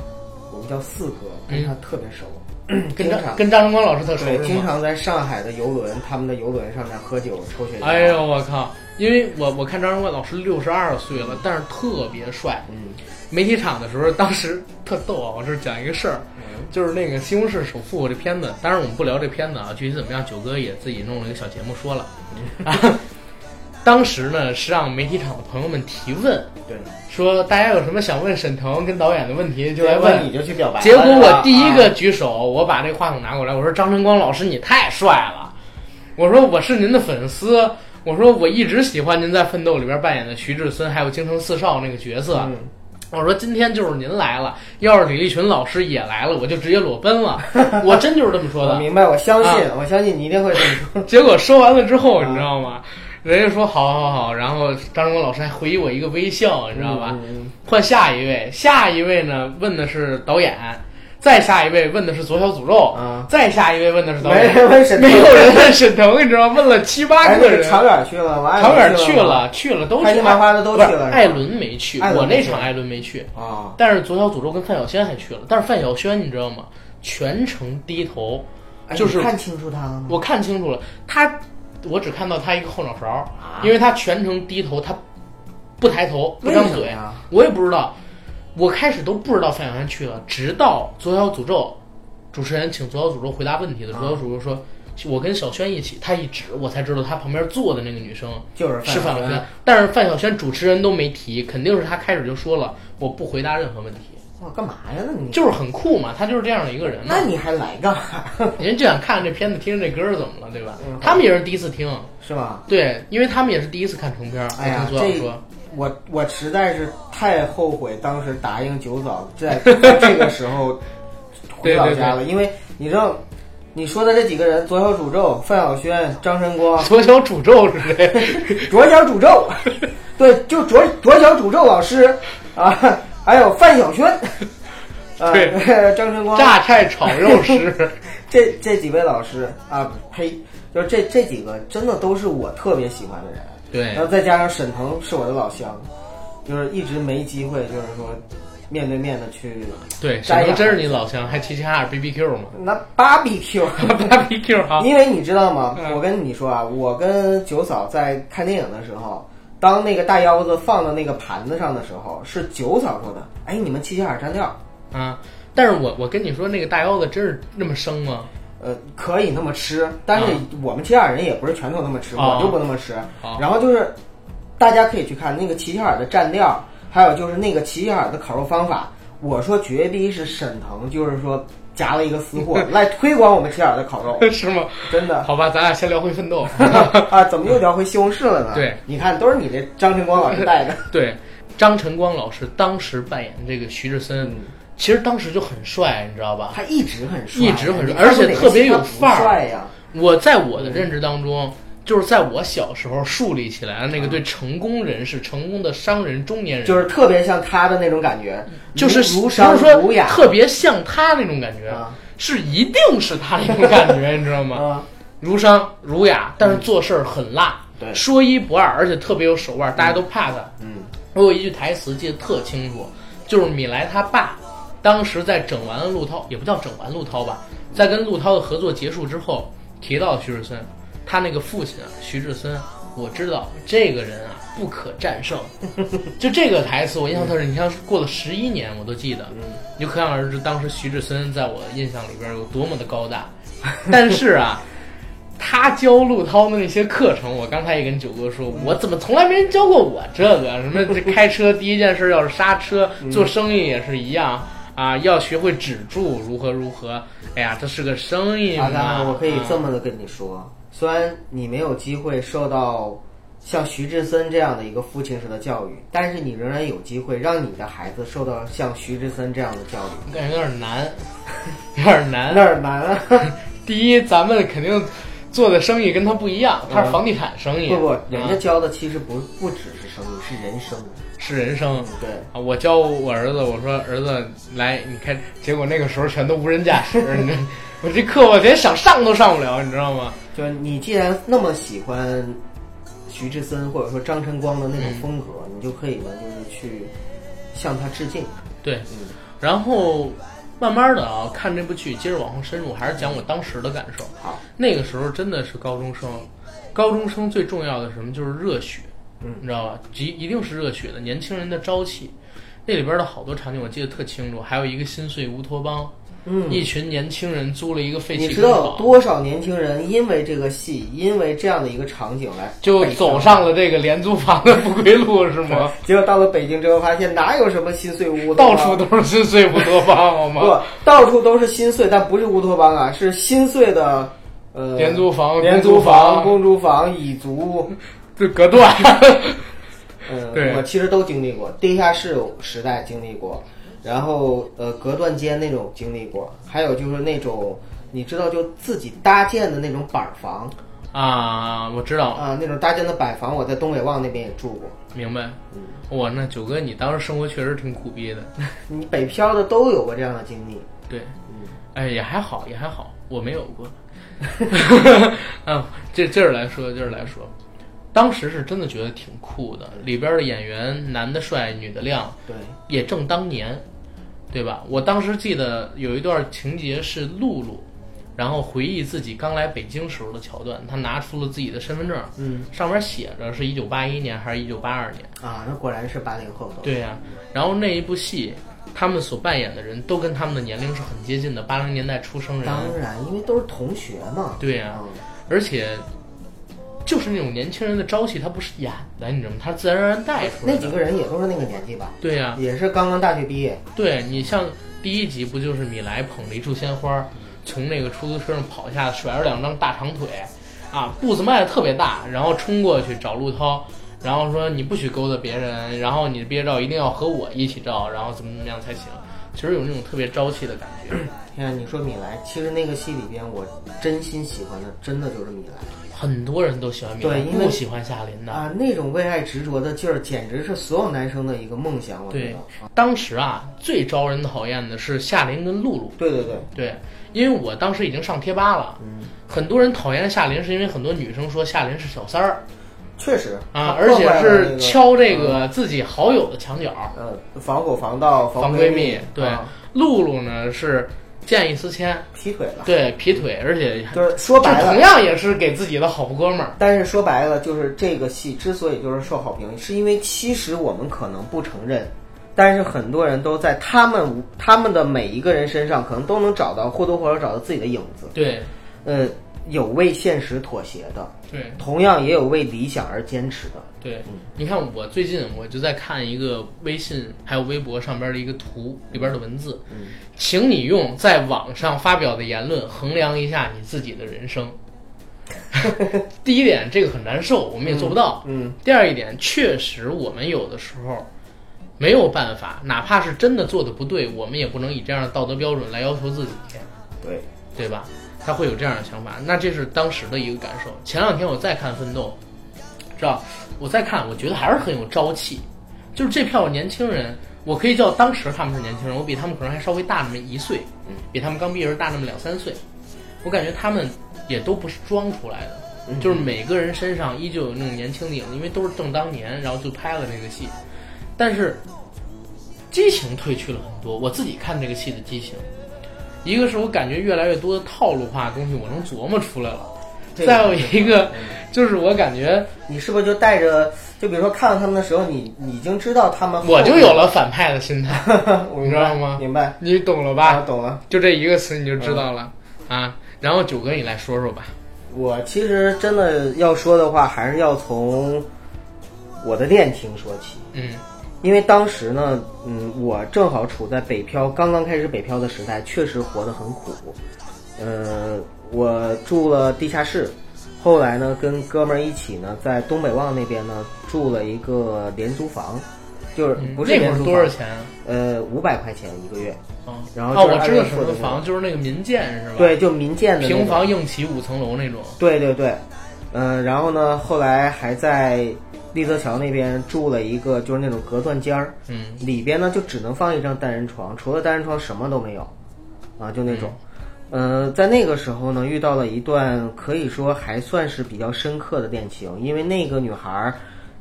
Speaker 2: 我们叫四哥，跟他特别熟，
Speaker 1: 嗯 跟
Speaker 2: 经
Speaker 1: 张
Speaker 2: 常
Speaker 1: 跟张晨光老师特熟
Speaker 2: 对，
Speaker 1: 是
Speaker 2: 经
Speaker 1: 吗？
Speaker 2: 常在上海的游轮，他们的游轮上面喝酒抽雪茄。
Speaker 1: 哎，呦我靠！因为我我看张晨光老师六十二岁了，但是特别帅，
Speaker 2: 嗯，
Speaker 1: 媒体场的时候，当时特逗啊！我这儿讲一个事儿，
Speaker 2: 嗯
Speaker 1: 就是那个《西红柿首富》这片子，当然我们不聊这片子啊，具体怎么样，九哥也自己弄了一个小节目说了。
Speaker 2: 嗯
Speaker 1: 啊、当时呢是让媒体场的朋友们提问，
Speaker 2: 对，
Speaker 1: 说大家有什么想问沈腾跟导演的问题就来
Speaker 2: 问你就去表白了。
Speaker 1: 结果
Speaker 2: 是
Speaker 1: 我
Speaker 2: 吧
Speaker 1: 第一个
Speaker 2: 啊
Speaker 1: 举手，我把这话筒拿过来，我说张晨光老师你太帅了，我说我是您的粉丝，我说我一直喜欢您在《奋斗》里边扮演的徐志森，还有京城四少那个角色。
Speaker 2: 嗯
Speaker 1: 我说今天就是您来了，要是李立群老师也来了，我就直接裸奔了。我真就是这么说
Speaker 2: 我
Speaker 1: 的。
Speaker 2: 明白，我相信，
Speaker 1: 啊
Speaker 2: 我相信你一定会这么 说。
Speaker 1: 结果说完了之
Speaker 2: 啊
Speaker 1: 后，你知道吗？人家说好好好，然后张志光老师还回我一个微笑，你知道
Speaker 2: 嗯
Speaker 1: 吧？换下一位，下一位呢问的是导演，再下一位问的是左小诅咒，
Speaker 2: 啊
Speaker 1: 再下一位问的是导
Speaker 2: 没
Speaker 1: 演，
Speaker 2: 人问沈腾，
Speaker 1: 没有人问沈腾，你知道吗？问了七八
Speaker 2: 哎，
Speaker 1: 个
Speaker 2: 那个
Speaker 1: 人，
Speaker 2: 长远去了，王
Speaker 1: 长远
Speaker 2: 安
Speaker 1: 去
Speaker 2: 去了
Speaker 1: 了，去了都去
Speaker 2: 开心
Speaker 1: 了，
Speaker 2: 麻花的都
Speaker 1: 不是
Speaker 2: 去了是吧
Speaker 1: 艾伦没去，
Speaker 2: 艾
Speaker 1: 我
Speaker 2: 伦没
Speaker 1: 那
Speaker 2: 去
Speaker 1: 场艾伦没去，
Speaker 2: 吗啊，
Speaker 1: 但是左小诅咒跟范晓萱还去了，但是范晓萱你知道吗？全程低头，
Speaker 2: 哎
Speaker 1: 就是
Speaker 2: 你看清楚他了吗？
Speaker 1: 我看清楚了，他我只看到他一个后脑勺，
Speaker 2: 啊
Speaker 1: 因为他全程低头，他不抬头，不
Speaker 2: 为
Speaker 1: 张
Speaker 2: 什么
Speaker 1: 嘴
Speaker 2: 呀，
Speaker 1: 我也不知道。我开始都不知道范晓萱去了，直到左小诅咒主持人请左小诅咒回答问题
Speaker 2: 啊
Speaker 1: 的时候，左小诅咒说：“我跟小轩一起。”他一指，我才知道他旁边坐的那个女生
Speaker 2: 就是
Speaker 1: 是范
Speaker 2: 范晓
Speaker 1: 晓
Speaker 2: 萱
Speaker 1: 萱。但是范晓萱主持人都没提，肯定是他开始就说了：“我不回答任何问题。”
Speaker 2: 我干嘛呀？那你
Speaker 1: 就是很酷嘛，他就是这样的一个人嘛
Speaker 2: 那。你还来干嘛？
Speaker 1: 人就想看这片子，听着这歌儿怎么了，对吧
Speaker 2: 嗯？
Speaker 1: 他们也是第一次听，
Speaker 2: 是吧？
Speaker 1: 对，因为他们也是第一次看成片儿。
Speaker 2: 哎呀
Speaker 1: 听，左小
Speaker 2: 这
Speaker 1: 说，
Speaker 2: 我我实在是太后悔当时答应九嫂在 在这个时候回老家了，因为你知道你说的这几个人：左小诅咒、范晓萱、张晨光、
Speaker 1: 左小诅咒是谁？
Speaker 2: 左小诅 咒，对，就左左小诅咒老师啊，还有范晓萱，啊
Speaker 1: 对，
Speaker 2: 张晨光，
Speaker 1: 榨菜炒肉师。
Speaker 2: 这这几位老师啊，呸，就这这几个真的都是我特别喜欢的人。
Speaker 1: 对
Speaker 2: 然，后再加上沈腾是我的老乡，就是一直没机会，就是说面对面的去
Speaker 1: 对，沈
Speaker 2: 摘
Speaker 1: 腾
Speaker 2: 呀
Speaker 1: 真是你老乡，还齐齐哈尔 B B Q 嘛
Speaker 2: 那 barbecue。
Speaker 1: ，B B Q 哈，
Speaker 2: 因为你知道吗？
Speaker 1: 啊嗯
Speaker 2: 我跟你说啊，我跟九嫂在看电影的时候，当那个大腰子放到那个盘子上的时候，是九嫂说的：“哎，你们齐齐哈尔蘸料，
Speaker 1: 啊！但是我我跟你说，那个大腰子真是那么生吗？
Speaker 2: 呃，可以那么吃，但是我们齐齐哈尔人也不是全都那么吃，
Speaker 1: 哦
Speaker 2: 我就不那么吃。
Speaker 1: 哦
Speaker 2: 然后就是，大家可以去看那个齐齐哈尔的蘸料，还有就是那个齐齐哈尔的烤肉方法。我说绝逼是沈腾，就是说夹了一个私货来推广我们齐齐哈尔的烤肉，
Speaker 1: 是吗？
Speaker 2: 真的。
Speaker 1: 好吧，咱俩先聊回奋斗。
Speaker 2: 啊，怎么又聊回西红柿了呢？
Speaker 1: 对，
Speaker 2: 你看都是你这张晨光老 师带的。
Speaker 1: 对，张晨光老师当时扮演这个徐志森，
Speaker 2: 嗯
Speaker 1: 其实当时就很帅，你知道吧？
Speaker 2: 他一直很帅，
Speaker 1: 一直很帅
Speaker 2: 你看
Speaker 1: 而且
Speaker 2: 哪个
Speaker 1: 特别有
Speaker 2: 他不
Speaker 1: 范儿
Speaker 2: 帅呀，
Speaker 1: 我在我的认知当中，就是在我小时候树立起来的那个对成功人士、成功的商人、中年人，
Speaker 2: 就是特别像他的那种感觉，
Speaker 1: 就是
Speaker 2: 儒儒
Speaker 1: 不
Speaker 2: 商
Speaker 1: 是说
Speaker 2: 儒雅，
Speaker 1: 特别像他那种感觉，
Speaker 2: 啊
Speaker 1: 是一定是他那种感觉，你知 道吗？
Speaker 2: 啊，
Speaker 1: 儒商儒雅，但是做事儿很辣，
Speaker 2: 嗯对
Speaker 1: 说一不二，而且特别有手腕，大家都怕他。
Speaker 2: 嗯，
Speaker 1: 我有一句台词记得特清楚，就是米莱他爸当时在整完陆涛，也不叫整完陆涛吧，在跟陆涛的合作结束之后，提到徐志森，他那个父亲啊，徐志森，我知道这个人啊不可战 胜，就这个台词我印象特深，
Speaker 2: 嗯
Speaker 1: 你像是过了十一年我都记得，你就可想而知当时徐志森在我印象里边有多么的高大， 但是啊。他教陆涛的那些课程，我刚才也跟九哥说，我怎么从来没人教过我这个？什么这 开车第一件事要是刹车，
Speaker 2: 嗯
Speaker 1: 做生意也是一样啊，要学会止住如何如何。哎呀，这是个生意
Speaker 2: 阿甘，
Speaker 1: 嘛，
Speaker 2: 我可以
Speaker 1: 啊
Speaker 2: 这么的跟你说，虽然你没有机会受到像徐志森这样的一个父亲式的教育，但是你仍然有机会让你的孩子受到像徐志森这样的教育，
Speaker 1: 嗯感觉有点难， 有点难。
Speaker 2: 哪儿难啊？
Speaker 1: 第一，咱们肯定做的生意跟他不一样，他是房地产生意，
Speaker 2: 嗯不不，人家
Speaker 1: 啊
Speaker 2: 教的其实不不只是生意，是人生。
Speaker 1: 是人生。
Speaker 2: 对，
Speaker 1: 啊！我教我儿子，我说儿子来，你开，结果那个时候全都无人驾驶， 你知道我这课我连想上都上不了，你知道吗？
Speaker 2: 就是你既然那么喜欢徐志森或者说张晨光的那种风格，你就可以呢，就是去向他致敬。
Speaker 1: 对，
Speaker 2: 嗯
Speaker 1: 然后慢慢的啊，看这部剧，接着往后深入，还是讲我当时的感受。
Speaker 2: 好，
Speaker 1: 那个时候真的是高中生，高中生最重要的是什么就是热血，
Speaker 2: 嗯
Speaker 1: 你知道吧？一一定是热血的，年轻人的朝气。那里边的好多场景我记得特清楚，还有一个新碎乌托邦，
Speaker 2: 嗯，
Speaker 1: 一群年轻人租了一个废
Speaker 2: 你
Speaker 1: 弃
Speaker 2: 知
Speaker 1: 碉
Speaker 2: 道有
Speaker 1: 堡，
Speaker 2: 多少年轻人因为这个戏，因为这样的一个场景来
Speaker 1: 就
Speaker 2: 北
Speaker 1: 走
Speaker 2: 上
Speaker 1: 上了这个廉租房的不归路，是吗？
Speaker 2: 结果到了北京之后，发现哪有什么新碎乌托
Speaker 1: 到
Speaker 2: 邦啊
Speaker 1: 处都是新碎乌托邦，好吗？
Speaker 2: 不，到处都是新碎，但不是乌托邦啊，是新碎的呃
Speaker 1: 廉租房
Speaker 2: 廉
Speaker 1: 公
Speaker 2: 租
Speaker 1: 租房
Speaker 2: 房、公租房、蚁族。
Speaker 1: 这隔断，
Speaker 2: 嗯，
Speaker 1: 对
Speaker 2: 我其实都经历过，地下室时代经历过，然后呃隔断间那种经历过，还有就是那种你知道就自己搭建的那种板房
Speaker 1: 啊，我知道，
Speaker 2: 啊、那种搭建的板房，我在东北旺那边也住过。
Speaker 1: 明白。哇，那九哥，你当时生活确实挺苦逼的。
Speaker 2: 你北漂的都有过这样的经历，嗯
Speaker 1: 对，哎，也还好，也还好，我没有过。 啊，这这儿来说，这儿来说，当时是真的觉得挺酷的，里边的演员男的帅，女的靓，
Speaker 2: 对，
Speaker 1: 也正当年，对吧？我当时记得有一段情节是露露，然后回忆自己刚来北京时候的桥段，她拿出了自己的身份证，
Speaker 2: 嗯
Speaker 1: 上面写着是一九八一年还是一九八二年。
Speaker 2: 啊，那果然是八零后的。
Speaker 1: 对呀、然后那一部戏，他们所扮演的人都跟他们的年龄是很接近的，八零年代出生人。
Speaker 2: 嗯当然，因为都是同学嘛。
Speaker 1: 对呀、
Speaker 2: 嗯
Speaker 1: 而且就是那种年轻人的朝气，他不是演的，你知道吗？他自然而然带出来
Speaker 2: 那
Speaker 1: 的。
Speaker 2: 几个人也都是那个年纪吧，
Speaker 1: 对啊呀、
Speaker 2: 也是刚刚大学毕业。
Speaker 1: 对你像第一集不就是米莱捧着一束鲜花，从那个出租车上跑下，甩着两张大长腿，啊，步子迈的特别大，然后冲过去找陆涛，然后说你不许勾搭别人，然后你的毕业照一定要和我一起照，然后怎么怎么样才行。其实有那种特别朝气的感 觉，
Speaker 2: 天啊，你说米莱，其实那个戏里边我真心喜欢的，真的就是米莱
Speaker 1: 很多人都喜欢米
Speaker 2: 对
Speaker 1: 莱，
Speaker 2: 因为
Speaker 1: 不喜欢夏琳的。
Speaker 2: 啊，那种为爱执着的劲儿，简直是所有男生的一个梦想，我觉
Speaker 1: 对
Speaker 2: 得。啊
Speaker 1: 当时啊，最招人讨厌的是夏琳跟露露。
Speaker 2: 对对对，
Speaker 1: 对，因为我当时已经上贴吧了，
Speaker 2: 嗯
Speaker 1: 很多人讨厌夏琳是因为很多女生说夏琳是小三儿
Speaker 2: 确实
Speaker 1: 啊，
Speaker 2: 他
Speaker 1: 而且
Speaker 2: 破坏了那
Speaker 1: 是
Speaker 2: 个
Speaker 1: 敲这个自己好友的墙角。
Speaker 2: 呃防火防盗
Speaker 1: 防
Speaker 2: 闺
Speaker 1: 蜜，对
Speaker 2: 啊，
Speaker 1: 露露呢是见异思迁，
Speaker 2: 劈腿了，
Speaker 1: 对，劈腿，而且
Speaker 2: 就是说
Speaker 1: 就
Speaker 2: 白
Speaker 1: 同
Speaker 2: 了。
Speaker 1: 样也是给自己的好哥们儿。
Speaker 2: 但是说白了，就是这个戏之所以就是受好评，是因为其实我们可能不承认，但是很多人都在他们无他们的每一个人身上，可能都能找到或多或少找到自己的影子。
Speaker 1: 对，
Speaker 2: 呃，有为现实妥协的，
Speaker 1: 对，
Speaker 2: 同样也有为理想而坚持的。
Speaker 1: 对，你看我最近我就在看一个微信还有微博上边的一个图里边的文字，请你用在网上发表的言论衡量一下你自己的人生。第一点，这个很难受，我们也做不到。
Speaker 2: 嗯，
Speaker 1: 第二一点，确实我们有的时候没有办法，哪怕是真的做的不对，我们也不能以这样的道德标准来要求自己。
Speaker 2: 对，
Speaker 1: 对吧？他会有这样的想法，那这是当时的一个感受。前两天我再看《奋斗》，知道我再看，我觉得还是很有朝气。就是这票年轻人，我可以叫当时他们是年轻人，我比他们可能还稍微大那么一岁，比他们刚毕业时大那么两三岁。我感觉他们也都不是装出来的，就是每个人身上依旧有那种年轻的影子，因为都是正当年，然后就拍了这个戏。但是激情褪去了很多，我自己看这个戏的激情，一个是我感觉越来越多的套路化的东西我能琢磨出来了，
Speaker 2: 这
Speaker 1: 再有一个就是我感觉
Speaker 2: 你是不是就带着，就比如说看到他们的时候，你你已经知道他们，
Speaker 1: 我就有， 了反派的心态，
Speaker 2: 我
Speaker 1: 你
Speaker 2: 明白
Speaker 1: 知道吗
Speaker 2: 明白，
Speaker 1: 你懂了
Speaker 2: 啊，
Speaker 1: 吧？
Speaker 2: 懂了。
Speaker 1: 就这一个词你就知道了啊。然后九哥你来说说吧，
Speaker 2: 我其实真的要说的话，还是要从我的恋情说起，
Speaker 1: 嗯
Speaker 2: 因为当时呢，嗯，我正好处在北漂刚刚开始北漂的时代，确实活得很苦。呃，我住了地下室，后来呢，跟哥们儿一起呢，在东北旺那边呢住了一个廉租房，就是
Speaker 1: 嗯
Speaker 2: 不是
Speaker 1: 那
Speaker 2: 廉
Speaker 1: 会儿
Speaker 2: 租房，
Speaker 1: 多少钱啊？
Speaker 2: 呃，五百块钱一个月。
Speaker 1: 啊
Speaker 2: 然后
Speaker 1: 啊，我知道
Speaker 2: 就是按
Speaker 1: 什
Speaker 2: 月付
Speaker 1: 么
Speaker 2: 的那
Speaker 1: 房，就是那个民建是吧？，
Speaker 2: 对，就民建的那种
Speaker 1: 平房硬起五层楼那种。
Speaker 2: 对对对，嗯、然后呢，后来还在丽泽桥那边住了一个就是那种隔断间儿，
Speaker 1: 嗯，
Speaker 2: 里边呢就只能放一张单人床，除了单人床什么都没有，啊，就那种。呃，在那个时候呢，遇到了一段可以说还算是比较深刻的恋情，因为那个女孩儿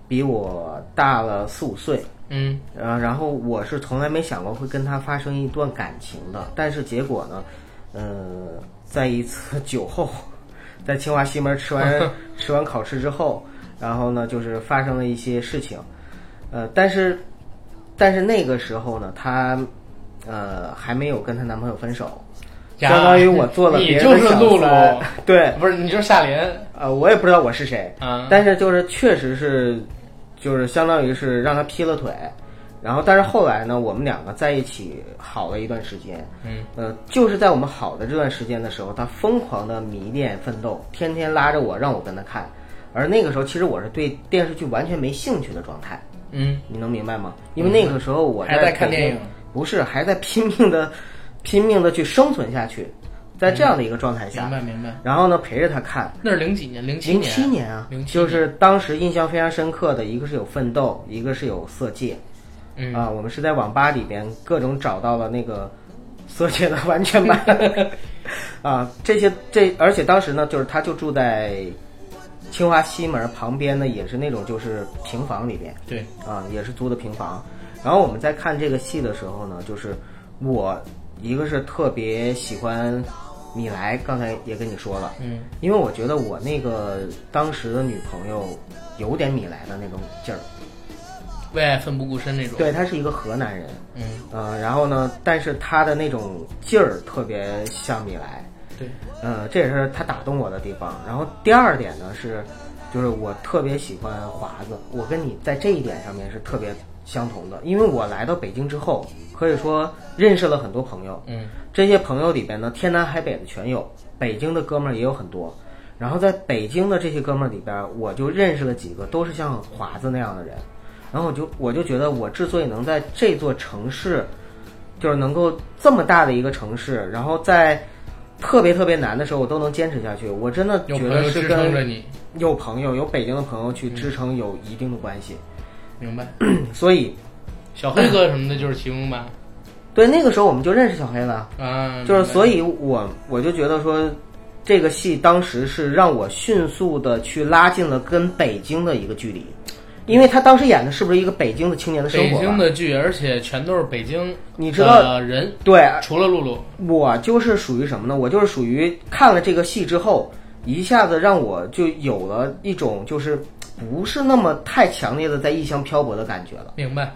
Speaker 2: 比我大了四五岁，
Speaker 1: 嗯
Speaker 2: 呃，然后我是从来没想过会跟他发生一段感情的，但是结果呢，呃，在一次酒后，在清华西门吃完 吃完烤翅之后，然后呢，就是发生了一些事情，呃，但是但是那个时候呢，她呃还没有跟她男朋友分手，
Speaker 1: 呀
Speaker 2: 相当于我做了
Speaker 1: 你
Speaker 2: 别人
Speaker 1: 就
Speaker 2: 的
Speaker 1: 是
Speaker 2: 小
Speaker 1: 露露
Speaker 2: 三， 对，
Speaker 1: 不是你就是夏琳
Speaker 2: 呃，我也不知道我是谁，
Speaker 1: 啊？
Speaker 2: 但是就是确实是，就是相当于是让他劈了腿，然后但是后来呢，我们两个在一起好了一段时间，
Speaker 1: 嗯，
Speaker 2: 呃，就是在我们好的这段时间的时候，他疯狂的迷恋奋斗，天天拉着我让我跟他看，而那个时候其实我是对电视剧完全没兴趣的状态，
Speaker 1: 嗯，
Speaker 2: 你能明白吗？因为那个时候我
Speaker 1: 还在看
Speaker 2: 北
Speaker 1: 电
Speaker 2: 京
Speaker 1: 影
Speaker 2: 不是还在拼命的 拼命的去生存下去，在这样的一个状态下
Speaker 1: 明，白明白。
Speaker 2: 然后呢陪着他看。
Speaker 1: 那是零几年，零七
Speaker 2: 零
Speaker 1: 年，
Speaker 2: 七年啊，
Speaker 1: 07
Speaker 2: 就是当时印象非常深刻的一个是有奋斗，一个是有色戒
Speaker 1: 嗯，
Speaker 2: 啊。我们是在网吧里边各种找到了那个色戒的完全版 啊。这些这，而且当时呢，就是他就住在清华西门旁边呢，也是那种就是平房里边
Speaker 1: 对，
Speaker 2: 啊，也是租的平房。然后我们在看这个戏的时候呢，就是我一个是特别喜欢米莱，刚才也跟你说了。
Speaker 1: 嗯，
Speaker 2: 因为我觉得我那个当时的女朋友有点米莱的那种劲儿，
Speaker 1: 为爱奋不顾身那种。
Speaker 2: 对，她是一个河南人，
Speaker 1: 嗯，
Speaker 2: 呃，然后呢，但是她的那种劲儿特别像米莱，
Speaker 1: 对，
Speaker 2: 呃，这也是她打动我的地方。然后第二点呢是，就是我特别喜欢华子，我跟你在这一点上面是特别相同的，因为我来到北京之后，可以说认识了很多朋友，
Speaker 1: 嗯，
Speaker 2: 这些朋友里边呢，天南海北的全有，北京的哥们儿也有很多。然后在北京的这些哥们儿里边，我就认识了几个都是像华子那样的人，然后我就我就觉得我之所以能在这座城市，就是能够这么大的一个城市，然后在特别特别难的时候我都能坚持下去，我真的
Speaker 1: 有
Speaker 2: 觉
Speaker 1: 朋
Speaker 2: 得
Speaker 1: 友
Speaker 2: 是
Speaker 1: 支
Speaker 2: 跟
Speaker 1: 撑着你，
Speaker 2: 有朋友，有北京的朋友去支撑有一定的关系，
Speaker 1: 明白？
Speaker 2: 所以
Speaker 1: 小黑哥什么的，就是其中吧。
Speaker 2: 对那个时候我们就认识小黑了，
Speaker 1: 啊，
Speaker 2: 就是所
Speaker 1: 以
Speaker 2: 以我我就觉得说，这个戏当时是让我迅速的去拉近了跟北京的一个距离，因为他当时演的是不是一个北京的青年的生
Speaker 1: 嗯北
Speaker 2: 活吧？
Speaker 1: 京的剧，而且全都是北京，
Speaker 2: 你知道
Speaker 1: 人，
Speaker 2: 对，
Speaker 1: 除了露露，
Speaker 2: 我就是属于什么呢？我就是属于看了这个戏之后，一下子让我就有了一种就是不是那么太强烈的在异乡漂泊的感觉了。
Speaker 1: 明白？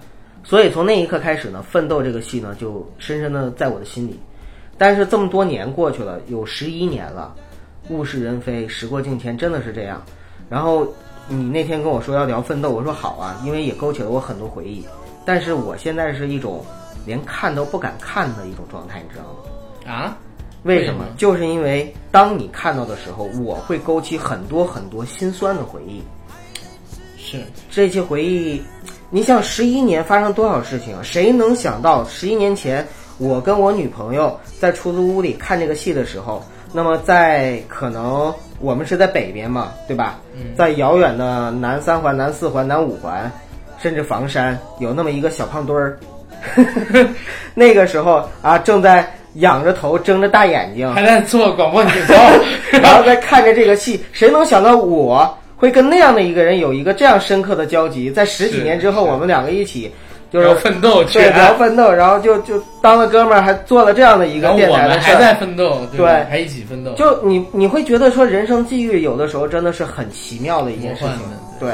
Speaker 2: 所以从那一刻开始呢，《奋斗》这个戏呢，就深深的在我的心里。但是这么多年过去了，有十一年了，物是人非，时过境迁，真的是这样。然后你那天跟我说要聊《奋斗》，我说好啊，因为也勾起了我很多回忆。但是我现在是一种连看都不敢看的一种状态，你知道吗？
Speaker 1: 啊，
Speaker 2: 为什
Speaker 1: 为什
Speaker 2: 么
Speaker 1: 么？
Speaker 2: 就是因为当你看到的时候，我会勾起很多很多心酸的回忆。
Speaker 1: 是
Speaker 2: 这些回忆，你想十一年发生多少事情啊？谁能想到十一年前我跟我女朋友在出租屋里看这个戏的时候，那么在可能我们是在北边嘛，对吧？在遥远的南三环、南四环、南五环，甚至房山，有那么一个小胖墩儿， 那个时候啊，正在仰着头、睁着大眼睛，
Speaker 1: 还在做广播体 操，
Speaker 2: 然后再看着这个戏，谁能想到我会跟那样的一个人有一个这样深刻的交集？在十几
Speaker 1: 是
Speaker 2: 年之后，我们两个一起 就
Speaker 1: 然后
Speaker 2: 是
Speaker 1: 奋斗去
Speaker 2: 对聊
Speaker 1: 啊，
Speaker 2: 奋斗，然后就就当了哥们儿，还做了这样的一
Speaker 1: 然
Speaker 2: 个
Speaker 1: 后
Speaker 2: 电
Speaker 1: 我
Speaker 2: 台
Speaker 1: 们
Speaker 2: 的事
Speaker 1: 还
Speaker 2: 儿。
Speaker 1: 在奋斗，
Speaker 2: 对
Speaker 1: 吧还一起奋斗，
Speaker 2: 就你你会觉得说人生际遇有的时候真的是很奇妙的一件事情
Speaker 1: 魔幻的，
Speaker 2: 对，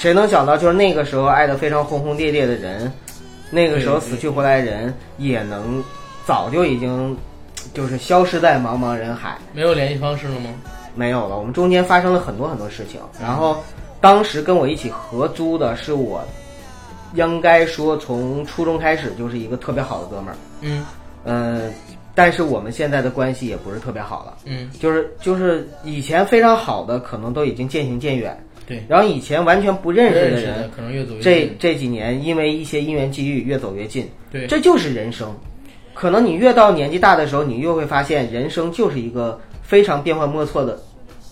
Speaker 2: 谁能想到就是那个时候爱的非常轰轰烈烈的人，那个时候
Speaker 1: 对
Speaker 2: 死去活来的人也能早就已经就是消失在茫茫人海。
Speaker 1: 没有联系方式了吗？
Speaker 2: 没有了，我们中间发生了很多很多事情。然后，当时跟我一起合租的是我，应该说从初中开始就是一个特别好的哥们儿。
Speaker 1: 嗯
Speaker 2: 嗯，但是我们现在的关系也不是特别好了，
Speaker 1: 嗯，
Speaker 2: 就是就是以前非常好的，可能都已经渐行渐远。
Speaker 1: 嗯对，
Speaker 2: 然后以前完全不认识
Speaker 1: 认
Speaker 2: 的
Speaker 1: 识的
Speaker 2: 人，
Speaker 1: 可能越走越
Speaker 2: 这
Speaker 1: 近
Speaker 2: 这几年因为一些因缘际遇越走越近，
Speaker 1: 对
Speaker 2: 这就是人生。可能你越到年纪大的时候，你越会发现，人生就是一个非常变幻莫测的，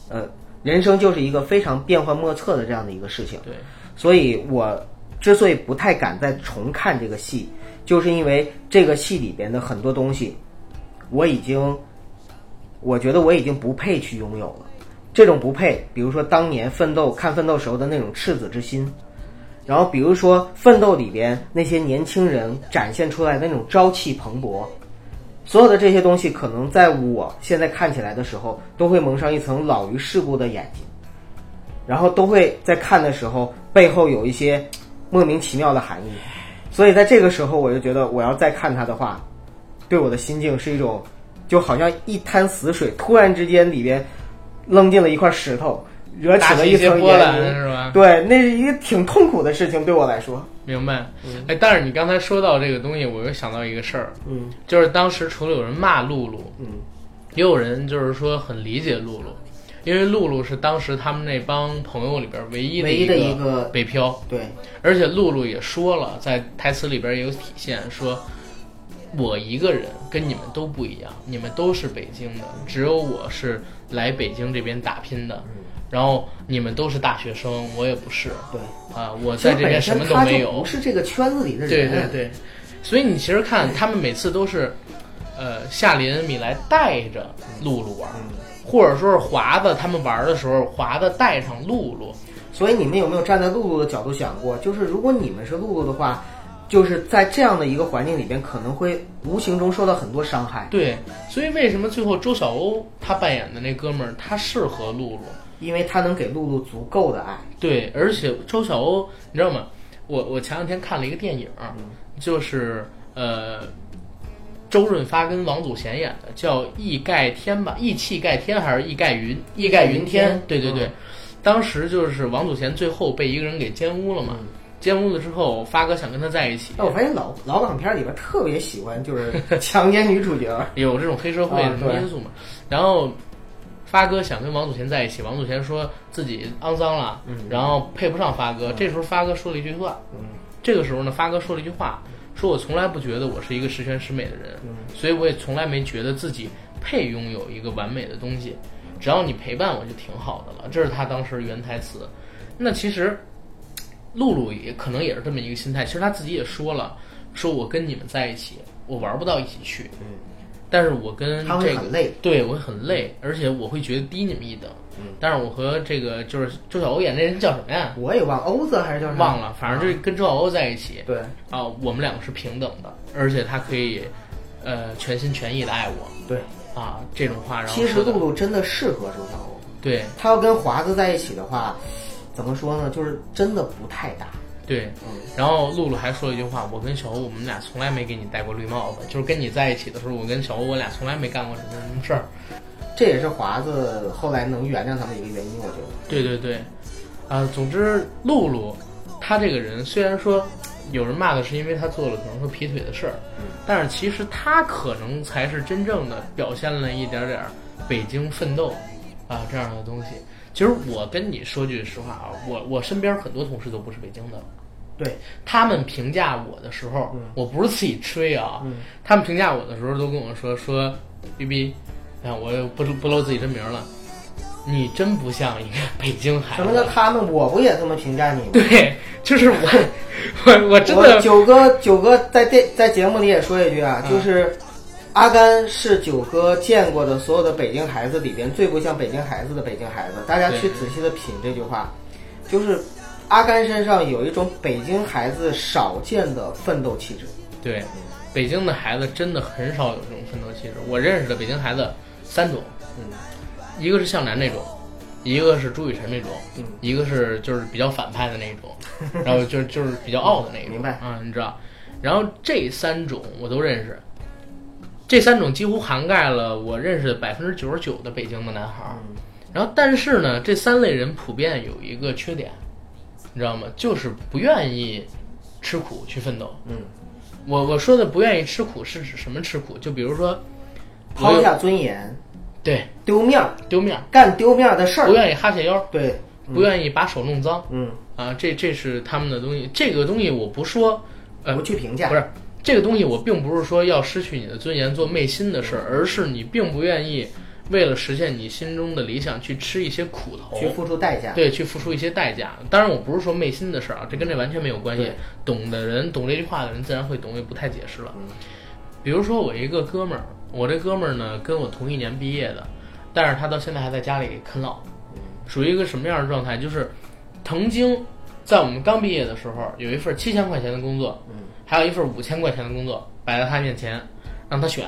Speaker 2: 呃，人生就是一个非常变幻莫测的这样的一个事情。
Speaker 1: 对，
Speaker 2: 所以我之所以不太敢再重看这个戏，就是因为这个戏里边的很多东西，我已经，我觉得我已经不配去拥有了。这种不配，比如说当年奋斗看奋斗时候的那种赤子之心，然后比如说奋斗里边那些年轻人展现出来的那种朝气蓬勃，所有的这些东西，可能在我现在看起来的时候，都会蒙上一层老于世故的眼睛。然后都会在看的时候背后有一些嘖莫名其妙的含义，所以在这个时候我就觉得我要再看它的话，对我的心境是一种就好像一滩死水突然之间里边扔进了一块石头，惹起
Speaker 1: 打
Speaker 2: 了
Speaker 1: 起一些
Speaker 2: 层
Speaker 1: 波澜
Speaker 2: 烟云。
Speaker 1: 是吧？
Speaker 2: 对，那是一个挺痛苦的事情对我来说。
Speaker 1: 明白。哎，但是你刚才说到这个东西，我又想到一个事儿，
Speaker 2: 嗯
Speaker 1: 就是当时除了有人骂露露，
Speaker 2: 嗯
Speaker 1: 也有人就是说很理解露露，因为露露是当时他们那帮朋友里边唯一
Speaker 2: 唯一的
Speaker 1: 一
Speaker 2: 一个
Speaker 1: 北漂，
Speaker 2: 对，
Speaker 1: 而且露露也说了，在台词里边也有体现，说我一个人跟你们都不一样，你们都是北京的，只有我是来北京这边打拼的，
Speaker 2: 嗯
Speaker 1: 然后你们都是大学生，我也不是
Speaker 2: 对，
Speaker 1: 啊，我在这边什么都没有，
Speaker 2: 他就不是这个圈子里的人。
Speaker 1: 对对对，所以你其实看他们每次都是，呃，夏琳、米莱带着露露玩，或者说是华子他们玩的时候，华子带上露露，
Speaker 2: 所以你们有没有站在露露的角度想过，就是如果你们是露露的话，就是在这样的一个环境里边，可能会无形中受到很多伤害，
Speaker 1: 对，所以为什么最后周晓鸥他扮演的那哥们儿他适合露露？
Speaker 2: 因为他能给露露足够的爱。
Speaker 1: 对，而且周晓鸥，你知道吗？我我前两天看了一个电影，就是呃，周润发跟王祖贤演的，叫《义盖天》吧，《义气盖天》还是《义盖云》？《义盖云嗯
Speaker 2: 义盖云天
Speaker 1: 对对对。当时就是王祖贤最后被一个人给奸污了嘛，奸污了之后，发哥想跟他在一起
Speaker 2: 但，我发现老老港片里边特别喜欢就是强奸女主 角，
Speaker 1: 有这种黑社会
Speaker 2: 啊
Speaker 1: 什么
Speaker 2: 对
Speaker 1: 因素嘛。然后发哥想跟王祖贤在一起，王祖贤说自己肮脏了，
Speaker 2: 嗯
Speaker 1: 然后配不上发哥。这时候发哥说了一句话，这个时候呢，发哥说了一句话，说我从来不觉得我是一个十全十美的人，
Speaker 2: 嗯
Speaker 1: 所以我也从来没觉得自己配拥有一个完美的东西，只要你陪伴我就挺好的了。这是他当时原台词。那其实露露也可能也是这么一个心态，其实他自己也说了，说我跟你们在一起，我玩不到一起去，
Speaker 2: 嗯
Speaker 1: 但是我跟
Speaker 2: 他
Speaker 1: 这
Speaker 2: 会
Speaker 1: 个
Speaker 2: 很累。
Speaker 1: 对我会很累，而且我会觉得低你们一等。
Speaker 2: 嗯
Speaker 1: 但是我和这个就是周晓鸥演那人叫什么呀？
Speaker 2: 我也忘欧子还是叫什么，
Speaker 1: 忘了，反正就是跟周晓鸥在一起
Speaker 2: 对
Speaker 1: 啊，我们两个是平等的，而且他可以，呃，全心全意的爱我
Speaker 2: 对。
Speaker 1: 啊，这种话，然后
Speaker 2: 其实
Speaker 1: 说的
Speaker 2: 露露真的适合周晓鸥，
Speaker 1: 对
Speaker 2: 她要跟华子在一起的话，怎么说呢？就是真的不太搭。
Speaker 1: 对，然后露露还说了一句话，我跟小欧我们俩从来没给你戴过绿帽子，就是跟你在一起的时候，我跟小欧我俩从来没干过什么什么事儿。
Speaker 2: 这也是华子后来能原谅他们的一个原因，我觉得。
Speaker 1: 对对对，啊、总之露露，她这个人虽然说有人骂的是因为她做了可能说劈腿的事儿，但是其实她可能才是真正的表现了一点点儿北京奋斗啊这样的东西。其实我跟你说句实话啊，我我身边很多同事都不是北京的，
Speaker 2: 对，
Speaker 1: 他们评价我的时
Speaker 2: 嗯
Speaker 1: 候，我不是自己吹啊，他们评价我的时候都跟我说说，B B，哎，我又不不露自己真名了，你真不像一个北京孩
Speaker 2: 什么叫
Speaker 1: 子。
Speaker 2: 他们？我不也这么评价你吗？
Speaker 1: 哎 对，就是我，我我真
Speaker 2: 我
Speaker 1: 的
Speaker 2: 九哥，九哥在电在节目里也说一句啊，
Speaker 1: 嗯
Speaker 2: 就是阿甘是九哥见过的所有的北京孩子里边最不像北京孩子的北京孩子。大家去
Speaker 1: 对
Speaker 2: 仔细的品这句话，就是阿甘身上有一种北京孩子少见的奋斗气质。
Speaker 1: 对，北京的孩子真的很少有这种奋斗气质。我认识的北京孩子三种，
Speaker 2: 嗯
Speaker 1: 一个是向南那种，一个是朱雨辰那种，
Speaker 2: 嗯
Speaker 1: 一个是就是比较反派的那种，然后就是就是比较傲的那种，
Speaker 2: 明白
Speaker 1: 啊、你知道，然后这三种我都认识，这三种几乎涵盖了我认识的百分之九十九的北京的男孩儿。
Speaker 2: 嗯
Speaker 1: 然后，但是呢，这三类人普遍有一个缺点，你知道吗？就是不愿意吃苦去奋斗。
Speaker 2: 嗯，
Speaker 1: 我我说的不愿意吃苦是指什么吃苦？就比如说，我有
Speaker 2: 抛下尊严，
Speaker 1: 对
Speaker 2: 丢面儿，
Speaker 1: 丢面儿，
Speaker 2: 干丢面儿的事
Speaker 1: 不呃
Speaker 2: 儿。
Speaker 1: 愿意哈欠腰儿，
Speaker 2: 对，
Speaker 1: 不愿意把手弄脏，
Speaker 2: 嗯，
Speaker 1: 啊，这这是他们的东西。这个东西我不说，呃
Speaker 2: 不，去评价
Speaker 1: 不。是这个东西，我并不是说要失去你的尊严做昧心的事儿，而是你并不愿意为了实现你心中的理想去吃一些苦头，
Speaker 2: 去付出代价，
Speaker 1: 对，去付出一些代价。当然，我不是说昧心的事儿啊，这跟这完全没有关系
Speaker 2: 对。
Speaker 1: 懂的人，懂这句话的人自然会懂，我也不太解释了。
Speaker 2: 嗯
Speaker 1: 比如说，我一个哥们儿，我这哥们儿呢跟我同一年毕业的，但是他到现在还在家里啃老，
Speaker 2: 嗯
Speaker 1: 属于一个什么样的状态？就是曾经在我们刚毕业的时候，有一份七千块钱的工作，
Speaker 2: 嗯
Speaker 1: 还有一份五千块钱的工作摆在他面前，让他选。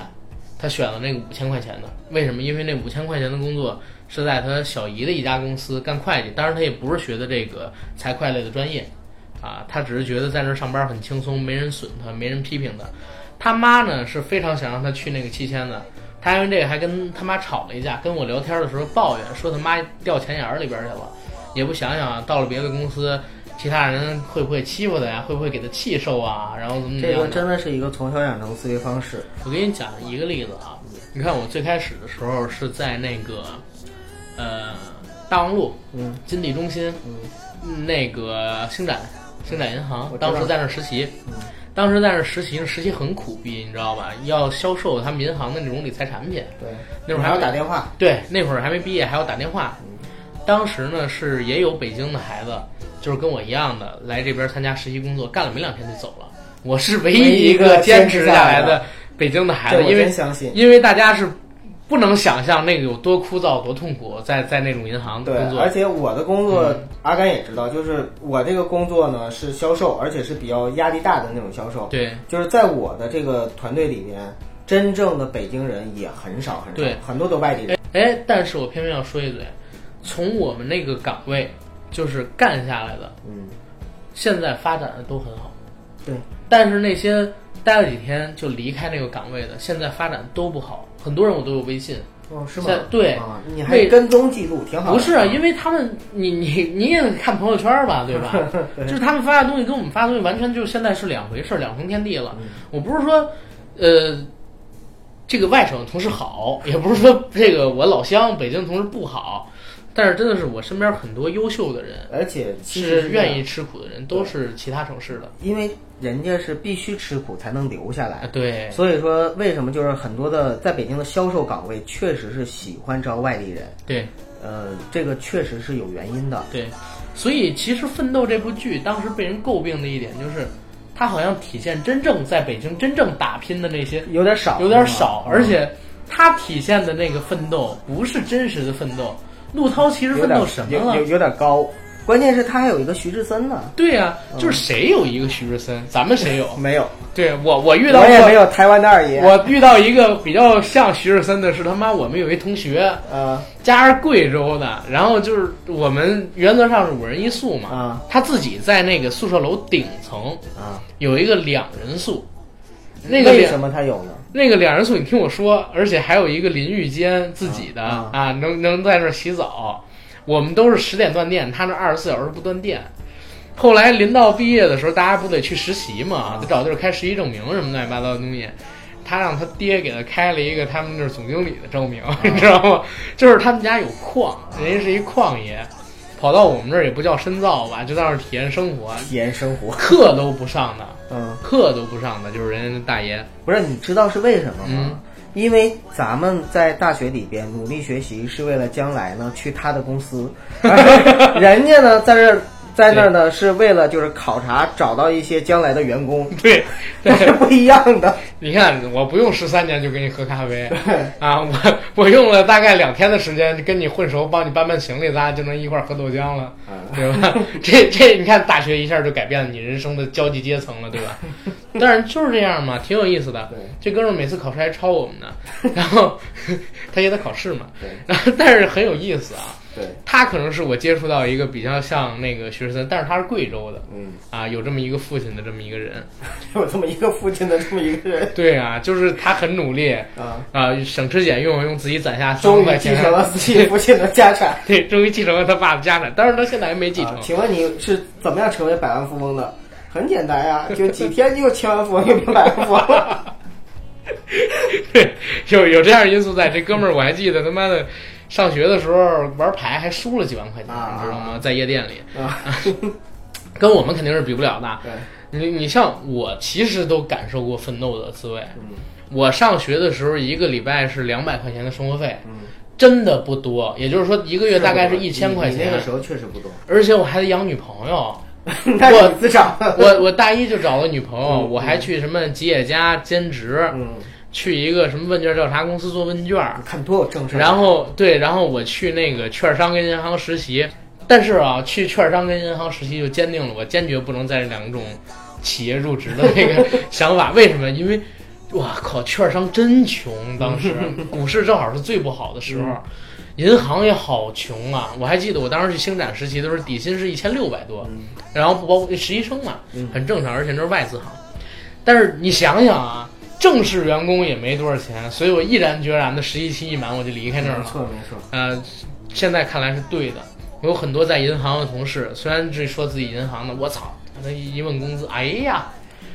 Speaker 1: 他选了那个五千块钱的，为什么？因为那五千块钱的工作是在他小姨的一家公司干会计，当然他也不是学的这个财会类的专业，啊，他只是觉得在那儿上班很轻松，没人损他，没人批评他。他妈呢是非常想让他去那个七千的，他因为这个还跟他妈吵了一架，跟我聊天的时候抱怨说他妈掉钱眼儿里边去了，也不想想啊到了别的公司，其他人会不会欺负他呀，会不会给他气受啊，然后怎么怎么
Speaker 2: 这
Speaker 1: 样
Speaker 2: 个
Speaker 1: 的
Speaker 2: 真的是一个从小养成思维方式。
Speaker 1: 我给你讲一个例子啊，你看我最开始的时候是在那个，呃，大望路，
Speaker 2: 嗯，
Speaker 1: 金地中心，嗯，那个星展，星展银行
Speaker 2: 我，知道
Speaker 1: 当时在那儿实习，当时在那儿实习，实习很苦逼，你知道吧？要销售他们银行的那种理财产品，
Speaker 2: 对，
Speaker 1: 那会儿
Speaker 2: 还
Speaker 1: 还
Speaker 2: 要
Speaker 1: 没
Speaker 2: 打电话，
Speaker 1: 对，那会儿还没毕业，还要打电话。当时呢是也有北京的孩子，就是跟我一样的来这边参加实习工作，干了没两天就走了。我是唯一一个坚持下来的北京的孩
Speaker 2: 这
Speaker 1: 子，
Speaker 2: 我
Speaker 1: 因为
Speaker 2: 真相信。
Speaker 1: 因为大家是不能想象那个有多枯燥、多痛苦，在在那种银行
Speaker 2: 对
Speaker 1: 工，作嗯
Speaker 2: 而。且我的工作，阿甘也知道，就是我这个工作呢是销售，而且是比较压力大的那种销售。
Speaker 1: 对
Speaker 2: 就是在我的这个团队里面，真正的北京人也很少很
Speaker 1: 对
Speaker 2: 少，很多都外地人。
Speaker 1: 哎，但是我偏偏要说一嘴，从我们那个岗位就是干下来的，
Speaker 2: 嗯，
Speaker 1: 现在发展的都很好。
Speaker 2: 对，
Speaker 1: 但是那些待了几天就离开那个岗位的，现在发展都不好，很多人我都有微信，
Speaker 2: 哦，是吗
Speaker 1: 在？对
Speaker 2: 啊，你还
Speaker 1: 为
Speaker 2: 跟踪记录挺好的。
Speaker 1: 不是啊，因为他们，你你你也得看朋友圈 吧，对吧？就是他们发的东西跟我们发的东西完全就是现在是两回事儿，两重天地了。我不是说，呃，这个外省同事好，也不是说这个我老乡北京同事不好，但是真的是我身边很多优秀的人，
Speaker 2: 而且其实
Speaker 1: 是
Speaker 2: 这样
Speaker 1: 愿意，吃苦的人，都是其他城市的。
Speaker 2: 因为人家是必须吃苦才能留下
Speaker 1: 啊
Speaker 2: 来，。
Speaker 1: 对，
Speaker 2: 所以说，为什么就是很多的在北京的销售岗位确实是喜欢招外地人，
Speaker 1: 对，
Speaker 2: 呃，这个确实是有原因的。
Speaker 1: 对，所以其实《奋斗》这部剧当时被人诟病的一点就是，它好像体现真正在北京真正打拼的那些
Speaker 2: 有点少，
Speaker 1: 有点
Speaker 2: 是吗嗯
Speaker 1: 少，而且它体现的那个奋斗不是真实的奋斗。陆涛其实
Speaker 2: 有
Speaker 1: 奋
Speaker 2: 点
Speaker 1: 斗什么
Speaker 2: 有有
Speaker 1: 了？
Speaker 2: 有点高，关键是他还有一个徐志森呢，
Speaker 1: 对呀、
Speaker 2: 嗯
Speaker 1: 就是谁有一个徐志森，咱们谁有？
Speaker 2: 没有，
Speaker 1: 对我，我遇到
Speaker 2: 我也
Speaker 1: 过，
Speaker 2: 没有台湾的二爷，
Speaker 1: 我遇到一个比较像徐志森的是他妈我们有一同学，
Speaker 2: 呃
Speaker 1: 家是贵州的，然后就是我们原则上是五人一宿嘛，
Speaker 2: 啊
Speaker 1: 他自己在那个宿舍楼顶层
Speaker 2: 啊，
Speaker 1: 有一个两人宿，那个
Speaker 2: 为
Speaker 1: 两
Speaker 2: 什么他有呢？
Speaker 1: 那个两人宿，你听我说，而且还有一个淋浴间自己的
Speaker 2: 啊
Speaker 1: 啊，能能在那儿洗澡。我们都是十点断电，他那二十四小时不断电。后来临到毕业的时候，大家不得去实习
Speaker 2: 啊
Speaker 1: 嘛，得找地儿开实习证明什么乱七八糟的东西。他让他爹给他开了一个他们那儿总经理的证明，
Speaker 2: 啊
Speaker 1: 你 知道吗？就是他们家有矿，人家是一矿爷，跑到我们这儿也不叫深造吧，就在那儿体验生活，
Speaker 2: 体验生活，
Speaker 1: 课都不上的，
Speaker 2: 嗯，
Speaker 1: 课都不上的，就是人家大爷。
Speaker 2: 不是，你知道是为什么
Speaker 1: 嗯
Speaker 2: 吗？因为咱们在大学里边努力学习，是为了将来呢去他的 公司，而人家呢在这儿在那儿呢是为了就是考察找到一些将来的 员工，
Speaker 1: 对，对
Speaker 2: 这是不一样的。
Speaker 1: 你看，我不用十三年就跟你喝咖啡，啊，我我用了大概两天的时间跟你混熟，帮你搬搬行李，咱俩就能一块儿喝豆浆了，对 吧？这这，你看大学一下就改变了你人生的交际阶层了，对 吧？但是就是这样嘛，挺有意思的
Speaker 2: 对。
Speaker 1: 这哥们儿每次考试还抄我们呢，然后 他也得考试嘛
Speaker 2: 对，
Speaker 1: 然后但是很有意思啊。
Speaker 2: 对，
Speaker 1: 他可能是我接触到一个比较像那个徐志森，但是他是贵州的
Speaker 2: 嗯，
Speaker 1: 啊，有这么一个父亲的这么一个人。
Speaker 2: 有这么一个父亲的这么一个人
Speaker 1: 对啊，就是他很努力，
Speaker 2: 啊，
Speaker 1: 啊、省吃俭用，用自己攒下
Speaker 2: 终
Speaker 1: 三块
Speaker 2: 于继
Speaker 1: 钱，
Speaker 2: 承了自己父亲的家产。
Speaker 1: 对，终于继承了他爸爸家产，但是他现在还没 继承。
Speaker 2: 啊。请问你是怎么样成为百万富翁的？很简单呀，就几天就千万富翁，又变百万富翁了。
Speaker 1: 对，有有这样因素在。这哥们儿我还记得他妈的，上学的时候玩牌还输了几万块钱，
Speaker 2: 啊
Speaker 1: 你知道吗？在夜店里，
Speaker 2: 啊，
Speaker 1: 跟我们肯定是比不了的。
Speaker 2: 对，
Speaker 1: 你你像我，其实都感受过奋斗的滋味。
Speaker 2: 嗯
Speaker 1: 我上学的时候，一个礼拜是两百块钱的生活费，
Speaker 2: 嗯，
Speaker 1: 真的不多，也就是说一个月大概是一千块
Speaker 2: 你
Speaker 1: 钱
Speaker 2: 那。个时候确 实不多，
Speaker 1: 而且我还得养女朋友，
Speaker 2: 那是你自找的。
Speaker 1: 我我大一就找了女朋友，我还去什么吉野家兼职，
Speaker 2: 嗯，
Speaker 1: 去一个什么问卷调查公司做问卷儿，
Speaker 2: 看多有正事儿。
Speaker 1: 然后对，然后我去那个券商跟银行实习。但是啊，去券商跟银行实习就坚定了我坚决不能在这两种企业入职的那个 想法。为什么？因为哇靠，券商真穷，当时股市正好是最不好的时候。银行也好穷啊！我还记得我当时去星展实习的时候，底薪是一千六百多，
Speaker 2: 嗯
Speaker 1: 然后不包括实习生嘛，很正常，而且那是外资行。但是你想想啊，正式员工也没多少钱，所以我毅然决然的实习期一满我就离开那儿
Speaker 2: 没
Speaker 1: 了。
Speaker 2: 错没错，
Speaker 1: 呃，现在看来是对的。我有很多在银行的同事，虽然是说自己银行的，我操，那一问工资，哎呀，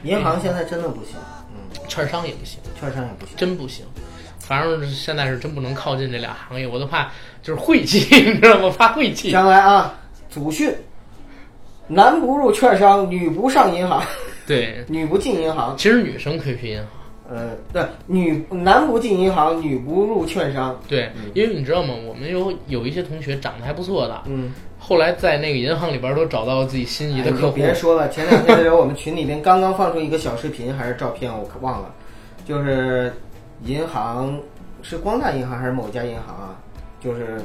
Speaker 2: 银行现在真的不行，嗯，
Speaker 1: 券商也不行，
Speaker 2: 券商也不行。
Speaker 1: 真不行。反正是现在是真不能靠近这俩行业，我都怕就是晦气， 你知道吗？发晦气。
Speaker 2: 将来啊，祖训：男不入券商，女不上银行，
Speaker 1: 对，
Speaker 2: 女不进银行。
Speaker 1: 其实女生可以去银行。
Speaker 2: 呃，对，女男不进银行，女不入券商。
Speaker 1: 对，因为你知道吗？我们有有一些同学长得还不错的，
Speaker 2: 嗯，
Speaker 1: 后来在那个银行里边都找到了自己心仪的
Speaker 2: 哎
Speaker 1: 客户。
Speaker 2: 别说了，前两天的时候，我们群里边刚刚放出一个小视频还是照片，我可忘了，就是银行是光大银行还是某家银行啊？就是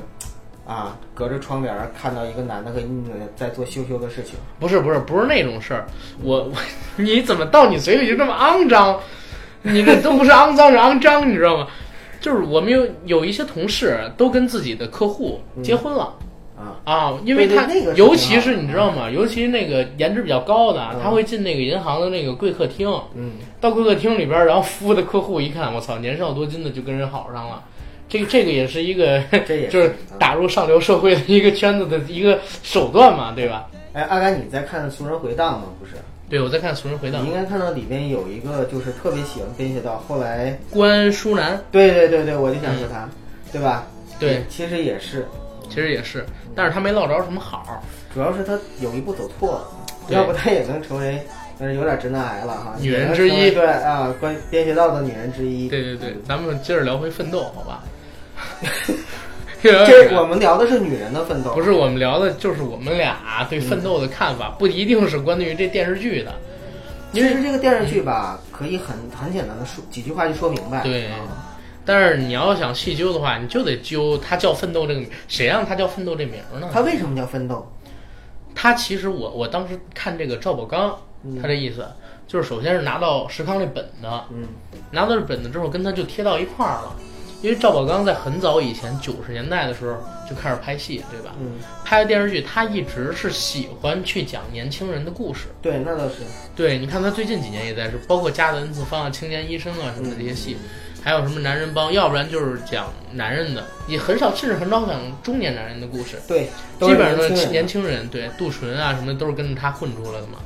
Speaker 2: 啊，隔着窗帘儿看到一个男的和一女的在做羞羞的事情，
Speaker 1: 不是不是不是那种事儿，我 我你怎么到你嘴里就这么肮脏？你这都不是肮脏，是肮脏，你知道吗？就是我们有有一些同事都跟自己的客户结婚了，
Speaker 2: 啊，
Speaker 1: 啊，因为
Speaker 2: 对对
Speaker 1: 他
Speaker 2: 那个是
Speaker 1: 尤
Speaker 2: 挺
Speaker 1: 其
Speaker 2: 好
Speaker 1: 是
Speaker 2: 的
Speaker 1: 你知道吗？尤其是那个颜值比较高的，他会进那个银行的那个贵客厅，
Speaker 2: 嗯，
Speaker 1: 到贵客厅里边儿，然后服务的客户一看，我操，年少多金的就跟人好上了。这个这个也是一个，
Speaker 2: 这 也嗯
Speaker 1: 就是打入上流社会的一个圈子的一个手段嘛，对吧？
Speaker 2: 哎，阿甘，你在看《俗人回荡》吗？不是，
Speaker 1: 对，我在看《俗人回荡
Speaker 2: 你》，应该看到里边有一个就是特别喜欢奔雪道，后来，
Speaker 1: 关淑楠，
Speaker 2: 对对对对，我就想说他，对吧？
Speaker 1: 嗯对，
Speaker 2: 其实也是，
Speaker 1: 其实也是，但是他没落着什么好儿，
Speaker 2: 主要是他有一步走错了，
Speaker 1: 对
Speaker 2: 要不他也能成为，但是有点直男癌了哈，
Speaker 1: 女人之一
Speaker 2: 也能成为对啊，关边学道的女人之一。
Speaker 1: 对对对，咱们接着聊回奋斗，好吧？
Speaker 2: 这我们聊的是女人的奋斗，
Speaker 1: 不是我们聊的，就是我们俩对奋斗的看法，不一定是关于这电视剧的。
Speaker 2: 其实这个电视剧吧，可以很很简单的说几句话就说明白。
Speaker 1: 对
Speaker 2: 啊
Speaker 1: 但是你要想细究的话，你就得揪他叫奋斗这个名，谁让他叫奋斗这名儿呢？
Speaker 2: 它为什么叫奋斗？
Speaker 1: 他其实我我当时看这个赵宝刚，他这意思就是首先是拿到石康这本子，
Speaker 2: 嗯，
Speaker 1: 拿到这本子之后跟他就贴到一块儿了，因为赵宝刚在很早以前九十年代的时候就开始拍戏，对吧？
Speaker 2: 嗯，
Speaker 1: 拍的电视剧，他一直是喜欢去讲年轻人的故事。
Speaker 2: 对，那倒是。
Speaker 1: 对，你看他最近几年也在是，包括《家的 N 次方》啊、《青年医生》啊什么的这些戏，还有什么《男人帮》，要不然就是讲男人的，也很少，甚至很少讲中年男人的故事，
Speaker 2: 对，都
Speaker 1: 基
Speaker 2: 是
Speaker 1: 本上都
Speaker 2: 年
Speaker 1: 是
Speaker 2: 轻人
Speaker 1: 年轻人。对，杜淳啊什么的都是跟着他混出来的嘛。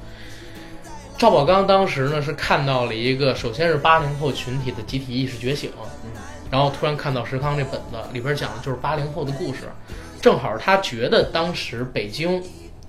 Speaker 1: 赵宝刚当时呢是看到了一个，首先是八零后群体的集体意识觉醒，
Speaker 2: 嗯
Speaker 1: 然后突然看到石康这本子里边讲的就是八零后的故事，正好他觉得当时北京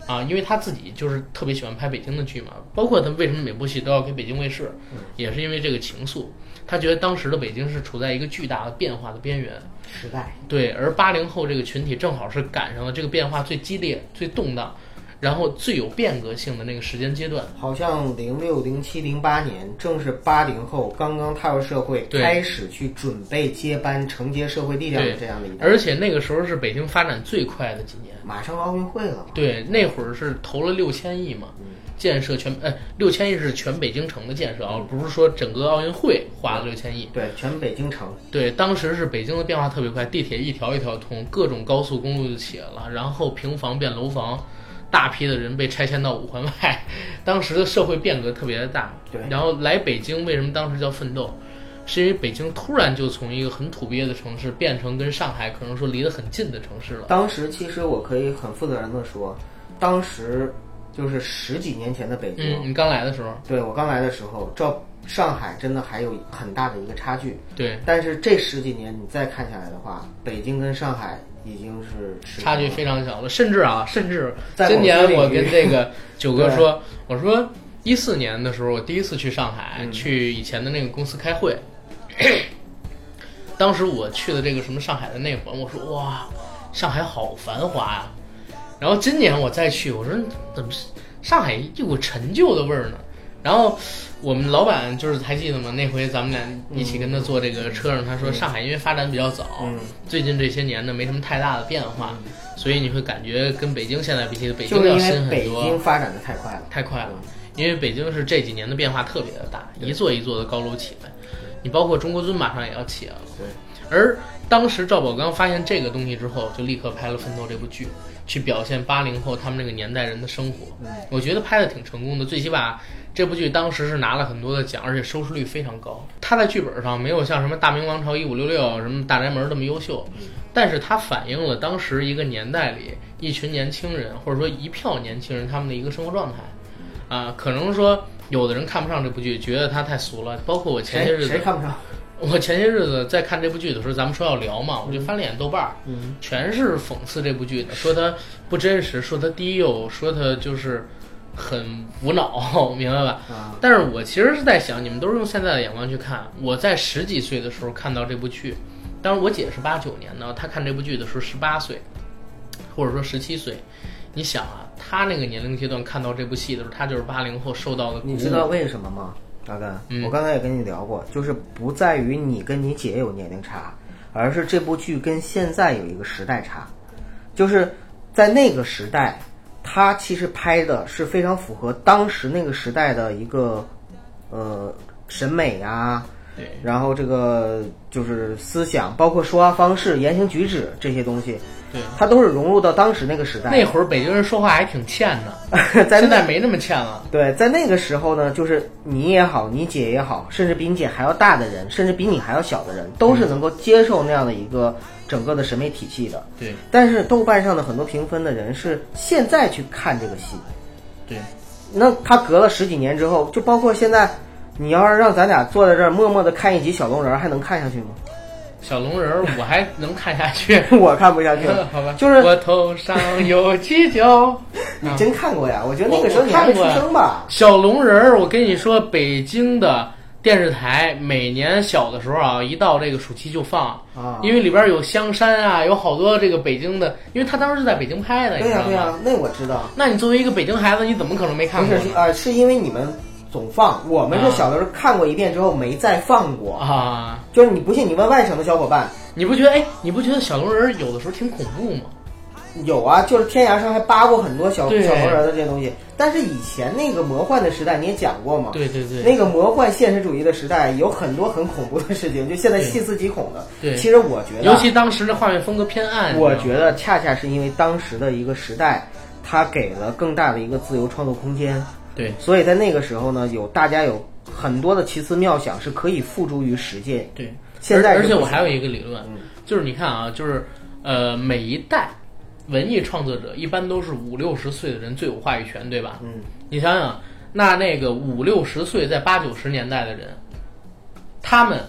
Speaker 1: 啊，因为他自己就是特别喜欢拍北京的剧嘛，包括他为什么每部戏都要给北京卫视，
Speaker 2: 嗯
Speaker 1: 也是因为这个情愫。他觉得当时的北京是处在一个巨大的变化的边缘，
Speaker 2: 时代，
Speaker 1: 对，而八零后这个群体正好是赶上了这个变化最激烈、最动荡，然后最有变革性的那个时间阶段。
Speaker 2: 好像零六、零七、零八年，正是八零后刚刚踏入社会，
Speaker 1: 对
Speaker 2: 开始去准备接班、承接社会力量的
Speaker 1: 对
Speaker 2: 这样的一代。
Speaker 1: 而且那个时候是北京发展最快的几年，
Speaker 2: 马上奥运会了嘛，
Speaker 1: 对，那会儿是投了六千亿嘛，
Speaker 2: 嗯
Speaker 1: 建设全呃六千亿是全北京城的建设
Speaker 2: 嗯
Speaker 1: 啊，不是说整个奥运会花了六千亿。
Speaker 2: 对，全北京城，
Speaker 1: 对，当时是北京的变化特别快，地铁一条一条通，各种高速公路就起来了，然后平房变楼房，大批的人被拆迁到五环外， 当时的社会变革特别的大。
Speaker 2: 对
Speaker 1: 然后来北京为什么当时叫奋斗？是因为北京突然就从一个很土鳖的城市变成跟上海可能说离得很近的城市了。
Speaker 2: 当时其实我可以很负责任的说，当时就是十几年前的北京，
Speaker 1: 嗯，你刚来的时候，
Speaker 2: 对我刚来的时候，照上海真的还有很大的一个差距。
Speaker 1: 对，
Speaker 2: 但是这十几年你再看下来的话，北京跟上海已经是持平
Speaker 1: 差距非常小了，甚至啊，甚至
Speaker 2: 在
Speaker 1: 今
Speaker 2: 某
Speaker 1: 年
Speaker 2: 些
Speaker 1: 我
Speaker 2: 领域
Speaker 1: 跟这 个九哥说，我说一四年的时候，我第一次去上海，去以前的那个公司开会，当时我去的这个什么上海的内环，我说哇，上海好繁华呀、然后今年我再去，我说怎么上海一股陈旧的味儿呢？然后我们老板就是还记得吗？那回咱们俩一起跟他坐这个车上，他说上海因为发展比较早，
Speaker 2: 嗯
Speaker 1: 最近这些年呢没什么太大的变化，所以你会感觉跟北京现在比起，北
Speaker 2: 就
Speaker 1: 京
Speaker 2: 是
Speaker 1: 要
Speaker 2: 因
Speaker 1: 新
Speaker 2: 为
Speaker 1: 很
Speaker 2: 北
Speaker 1: 多
Speaker 2: 京，嗯发展的太快了。
Speaker 1: 太快了。因为北京是这几年的变化特别的大，一座一座的高楼起来，你包括中国尊马上也要起来了。
Speaker 2: 对，
Speaker 1: 而当时赵宝刚发现这个东西之后，就立刻拍了《奋斗》这部剧，去表现八零后他们这个年代人的生活。我觉得拍的挺成功的，最起码这部剧当时是拿了很多的奖，而且收视率非常高。他在剧本上没有像什么《大明王朝一五六六》什么《大宅门》那么优秀，但是它反映了当时一个年代里一群年轻人，或者说一票年轻人他们的一个生活状态。啊，可能说有的人看不上这部剧，觉得它太俗了。包括我前些
Speaker 2: 谁
Speaker 1: 日子
Speaker 2: 谁看不上？
Speaker 1: 我前些日子在看这部剧的时候，咱们说要聊嘛，
Speaker 2: 嗯
Speaker 1: 我就翻了眼豆瓣儿，全是讽刺这部剧的，说它不真实，说它低幼，说它就是很无脑， 明白吧？
Speaker 2: 啊
Speaker 1: 但是我其实是在想，你们都是用现在的眼光去看。我在十几岁的时候看到这部剧，当然我姐是八九年的，她看这部剧的时候十八岁，或者说十七岁。你想啊，她那个年龄阶段看到这部戏的时候，她就是八零后受到的鼓舞。
Speaker 2: 你知道为什么吗？大哥，
Speaker 1: 嗯
Speaker 2: 我刚才也跟你聊过，就是不在于你跟你姐有年龄差，而是这部剧跟现在有一个时代差，就是在那个时代，它其实拍的是非常符合当时那个时代的一个呃审美啊，
Speaker 1: 对，
Speaker 2: 然后这个就是思想，包括说话方式、言行举止这些东西，
Speaker 1: 对，
Speaker 2: 它都是融入到当时那个时代。
Speaker 1: 那会儿北京人说话还挺欠的，
Speaker 2: 在
Speaker 1: 现
Speaker 2: 那啊
Speaker 1: 在没那么欠了。
Speaker 2: 对，在那个时候呢，就是你也好，你姐也好，甚至比你姐还要大的人，甚至比你还要小的人，都是能够接受那样的一个整个的审美体系的。
Speaker 1: 对
Speaker 2: 但是豆瓣上的很多评分的人是现在去看这个戏，
Speaker 1: 对，
Speaker 2: 那他隔了十几年之后，就包括现在，你要是让咱俩坐在这儿默默的看一集小龙人儿，还能看下去吗？
Speaker 1: 小龙人儿我还能看下去。。
Speaker 2: 我看不下去了
Speaker 1: 好吧，
Speaker 2: 就是
Speaker 1: 我头上有犄角。
Speaker 2: 你
Speaker 1: 啊
Speaker 2: 真看过呀？我觉得那
Speaker 1: 我
Speaker 2: 个时候
Speaker 1: 我
Speaker 2: 你还没
Speaker 1: 看
Speaker 2: 出
Speaker 1: 过呀
Speaker 2: 生吧？
Speaker 1: 小龙人儿，我跟你说，北京的电视台每年小的时候啊，一到这个暑期就放，
Speaker 2: 啊，
Speaker 1: 因为里边有香山啊，有好多这个北京的，因为他当时是在北京拍的，你知
Speaker 2: 对呀、
Speaker 1: 道
Speaker 2: 对呀、
Speaker 1: 吗？
Speaker 2: 那我知道。
Speaker 1: 那你作为一个北京孩子，你怎么可能没看
Speaker 2: 不
Speaker 1: 过
Speaker 2: 是
Speaker 1: 呢
Speaker 2: 啊、是因为你们总放，我们是
Speaker 1: 啊
Speaker 2: 小的时候看过一遍之后没再放过。
Speaker 1: 啊？
Speaker 2: 就是你不信，你问外省的小伙伴，
Speaker 1: 你不觉得哎？你不觉得小龙人儿有的时候挺恐怖吗？
Speaker 2: 有啊，就是天涯上还扒过很多小
Speaker 1: 对
Speaker 2: 小黄人的这些东西。但是以前那个魔幻的时代，你也讲过嘛？
Speaker 1: 对对对
Speaker 2: 那个魔幻现实主义的时代，有很多很恐怖的事情，就现在
Speaker 1: 对
Speaker 2: 细思极恐的。
Speaker 1: 对，
Speaker 2: 其实我觉得，
Speaker 1: 尤其当时的画面风格偏暗，
Speaker 2: 我
Speaker 1: 你知道吗
Speaker 2: 觉得恰恰是因为当时的一个时代，它给了更大的一个自由创作空间。
Speaker 1: 对
Speaker 2: 所以在那个时候呢，有大家有很多的奇思妙想是可以付诸于实践。
Speaker 1: 对。
Speaker 2: 现在
Speaker 1: 而
Speaker 2: 是
Speaker 1: 而且
Speaker 2: 不
Speaker 1: 我
Speaker 2: 行
Speaker 1: 还有一个理论
Speaker 2: 嗯，
Speaker 1: 就是你看啊，就是呃，每一代文艺创作者一般都是五六十岁的人最有话语权，对吧？
Speaker 2: 嗯，
Speaker 1: 你想想，那那个五六十岁在八九十年代的人，他们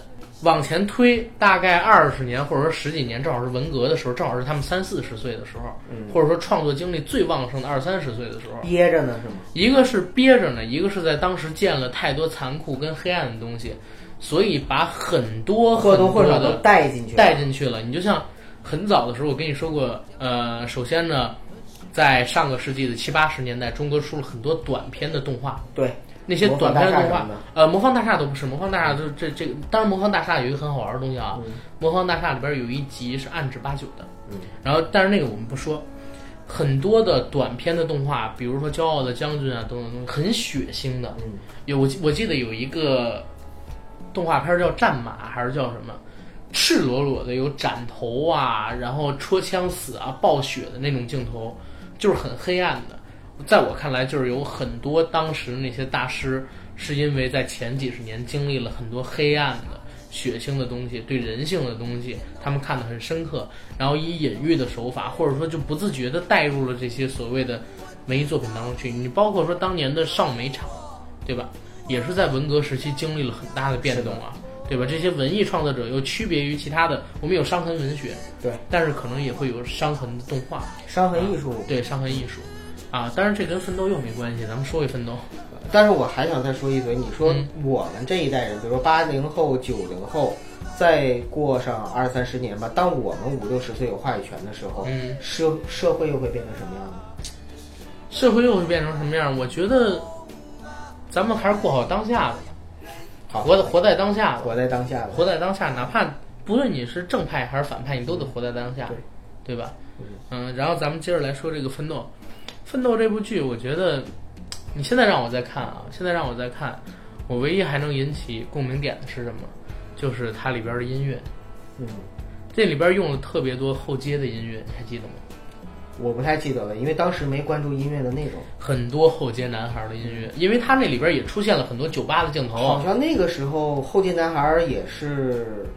Speaker 1: 往前推大概二十年或者说十几年，正好是文革的时候，正好是他们三四十岁的时候，
Speaker 2: 嗯
Speaker 1: 或者说创作精力最旺盛的二三十岁的时候。
Speaker 2: 憋着呢是吗？
Speaker 1: 一个是憋着呢，一个是在当时见了太多残酷跟黑暗的东西，所以把很多
Speaker 2: 或
Speaker 1: 很多
Speaker 2: 多或少都
Speaker 1: 的
Speaker 2: 带进去了。
Speaker 1: 带进去了。你就像很早的时候，我跟你说过，呃，首先呢，在上个世纪的七八十年代，中国出了很多短片的动画，
Speaker 2: 对，
Speaker 1: 那些
Speaker 2: 模
Speaker 1: 短
Speaker 2: 仿
Speaker 1: 片
Speaker 2: 大厦
Speaker 1: 动
Speaker 2: 什
Speaker 1: 画
Speaker 2: 么的，
Speaker 1: 呃，魔方大厦都不是，魔方大厦就是这这个，当然魔方大厦有一个很好玩的东西啊，魔方大厦里边有一集是暗指八九的，
Speaker 2: 嗯，
Speaker 1: 然后但是那个我们不说。很多的短片的动画，比如说《骄傲的将军》啊，等等等等，很血腥的。
Speaker 2: 嗯
Speaker 1: 有我记我记得有一个动画片儿叫《战马》还是叫什么，赤裸裸的有斩头啊，然后戳枪死啊、暴血的那种镜头，就是很黑暗的。在我看来，就是有很多当时那些大师是因为在前几十年经历了很多黑暗的、血腥的东西，对人性的东西，他们看得很深刻，然后以隐喻的手法，或者说就不自觉地带入了这些所谓的文艺作品当中去。你包括说当年的上美场，对吧？也是在文革时期经历了很大的变动啊，对吧？这些文艺创作者又区别于其他的，我们有伤痕文学，
Speaker 2: 对，
Speaker 1: 但是可能也会有伤痕的动画，
Speaker 2: 伤痕艺术。
Speaker 1: 对，伤痕艺术，啊，当然这跟奋斗又没关系，咱们说回奋斗，
Speaker 2: 啊但是我还想再说一嘴，你说
Speaker 1: 嗯
Speaker 2: 我们这一代人，比如说八零后、九零后，再过上二三十年吧，当我们五六十岁有话语权的时候，
Speaker 1: 嗯，
Speaker 2: 社社会又会变成什么样呢？
Speaker 1: 社会又会变成什么样？我觉得，咱们还是过好当下吧，
Speaker 2: 好
Speaker 1: 活的活在当下吧，
Speaker 2: 活在当下吧。
Speaker 1: 活在当下，哪怕不论你是正派还是反派，你都得活在当下，
Speaker 2: 对
Speaker 1: 对吧
Speaker 2: 嗯？
Speaker 1: 嗯，然后咱们接着来说这个《奋斗》，《奋斗》这部剧，我觉得你现在让我再看啊，现在让我再看，我唯一还能引起共鸣点的是什么？就是它里边的音乐，
Speaker 2: 嗯，
Speaker 1: 这里边用了特别多后街的音乐，你还记得吗？
Speaker 2: 我不太记得了，因为当时没关注音乐的内容。
Speaker 1: 很多后街男孩的音乐，因为他那里边也出现了很多酒吧的镜头啊
Speaker 2: 好。像那个时候，后街男孩儿也是，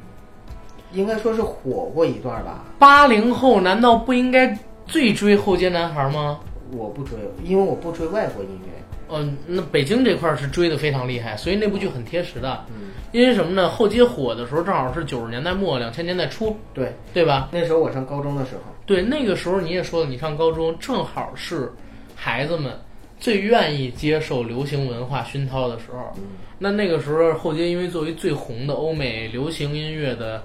Speaker 2: 应该说是火过一段吧。
Speaker 1: 八零后难道不应该最追后街男孩吗？
Speaker 2: 我不追，因为我不追外国音乐。
Speaker 1: 嗯、那北京这块儿是追的非常厉害，所以那部剧很贴实的。
Speaker 2: 嗯，
Speaker 1: 因为什么呢？后街火的时候正好是九十年代末、两千年代初，
Speaker 2: 对，
Speaker 1: 对吧？
Speaker 2: 那时候我上高中的时候，
Speaker 1: 对，那个时候你也说了，你上高中正好是孩子们最愿意接受流行文化熏陶的时候。
Speaker 2: 嗯
Speaker 1: 那那个时候，后街因为作为最红的欧美流行音乐的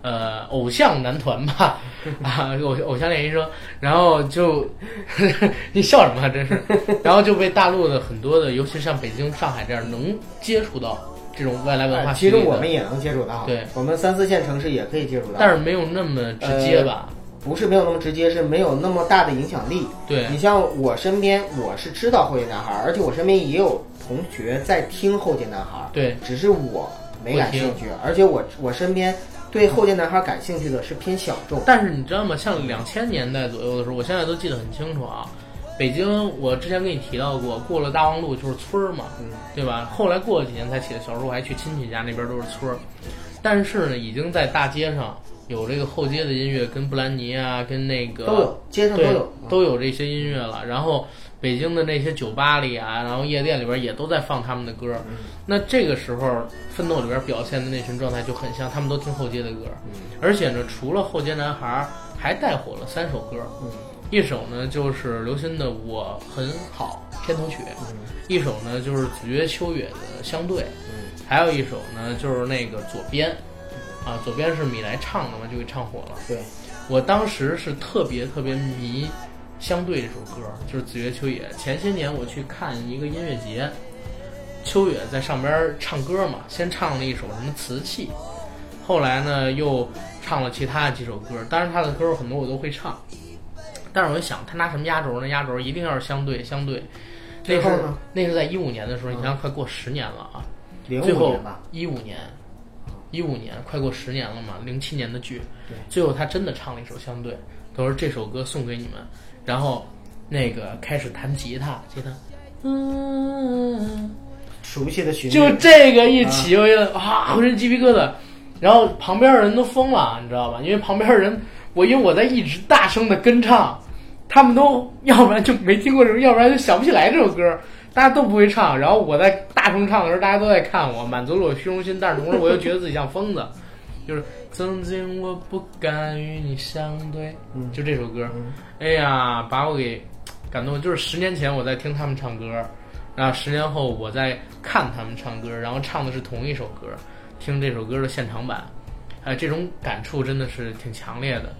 Speaker 1: 呃偶像男团吧，啊偶偶像练习生，然后就 你笑什么、啊？真是，然后就被大陆的很多的，尤其像北京、上海这样能接触到这种外来文化
Speaker 2: 哎
Speaker 1: 洗
Speaker 2: 其
Speaker 1: 礼
Speaker 2: 实
Speaker 1: 的，
Speaker 2: 我们也能接触到，
Speaker 1: 对，
Speaker 2: 我们三四线城市也可以接触到，
Speaker 1: 但是没有那么直接吧？
Speaker 2: 不是没有那么直接，是没有那么大的影响力。
Speaker 1: 对
Speaker 2: 你像我身边，我是知道后街男孩儿，而且我身边也有同学在听后街男孩儿，
Speaker 1: 对
Speaker 2: 只是我没感兴趣，而且我我身边对后街男孩感兴趣的是偏小众。
Speaker 1: 但是你知道吗？像两千年代左右的时候，我现在都记得很清楚啊。北京，我之前跟你提到过，过了大望路就是村儿嘛，
Speaker 2: 嗯
Speaker 1: 对吧？后来过了几年才起的，小时候我还去亲戚家，那边都是村儿。但是呢，已经在大街上有这个后街的音乐，跟布兰妮啊，跟那个
Speaker 2: 都有街上都
Speaker 1: 对
Speaker 2: 有嗯
Speaker 1: 都有这些音乐了。然后北京的那些酒吧里啊，然后夜店里边也都在放他们的歌。
Speaker 2: 嗯
Speaker 1: 那这个时候，奋斗里边表现的那群状态就很像，他们都听后街的歌。而且呢，除了后街男孩儿，还带火了三首歌。一首呢就是刘鑫的《我很好》片头曲，
Speaker 2: 嗯
Speaker 1: 一首呢就是子曰秋野的《相对》，
Speaker 2: 嗯
Speaker 1: 还有一首呢就是那个左边，啊，左边是米莱唱的嘛，就给唱火了。
Speaker 2: 对，
Speaker 1: 我当时是特别特别迷《相对》这首歌，就是子曰秋野。前些年我去看一个音乐节，秋野在上边儿唱歌嘛，先唱了一首什么瓷器，后来呢又唱了其他的几首歌，当然他的歌很多我都会唱，但是我一想他拿什么压轴呢？压轴一定要是相对相对。那
Speaker 2: 最
Speaker 1: 是
Speaker 2: 后呢
Speaker 1: 那是在一五年的时候，你想想快过十年了啊，
Speaker 2: 零
Speaker 1: 最
Speaker 2: 五
Speaker 1: 后
Speaker 2: 年吧，
Speaker 1: 一五年，一五年快过十年了嘛，零七年的剧
Speaker 2: 对，
Speaker 1: 最后他真的唱了一首《相对》，他说这首歌送给你们，然后那个开始弹吉他，吉他，嗯，
Speaker 2: 熟悉的旋律，
Speaker 1: 就这个一起，我觉得啊，浑身鸡皮疙瘩，然后旁边的人都疯了，你知道吧？因为旁边的人，我因为我在一直大声的跟唱，他们都要不然就没听过这首，要不然就想不起来这首歌，大家都不会唱。然后我在大声唱的时候，大家都在看我，满足了我虚荣心，但是同时我又觉得自己像疯子，就是曾经我不敢与你相对，
Speaker 2: 嗯
Speaker 1: 就这首歌，
Speaker 2: 嗯
Speaker 1: 哎呀，把我给感动。就是十年前我在听他们唱歌，然后十年后我在看他们唱歌，然后唱的是同一首歌，听这首歌的现场版，哎，这种感触真的是挺强烈的。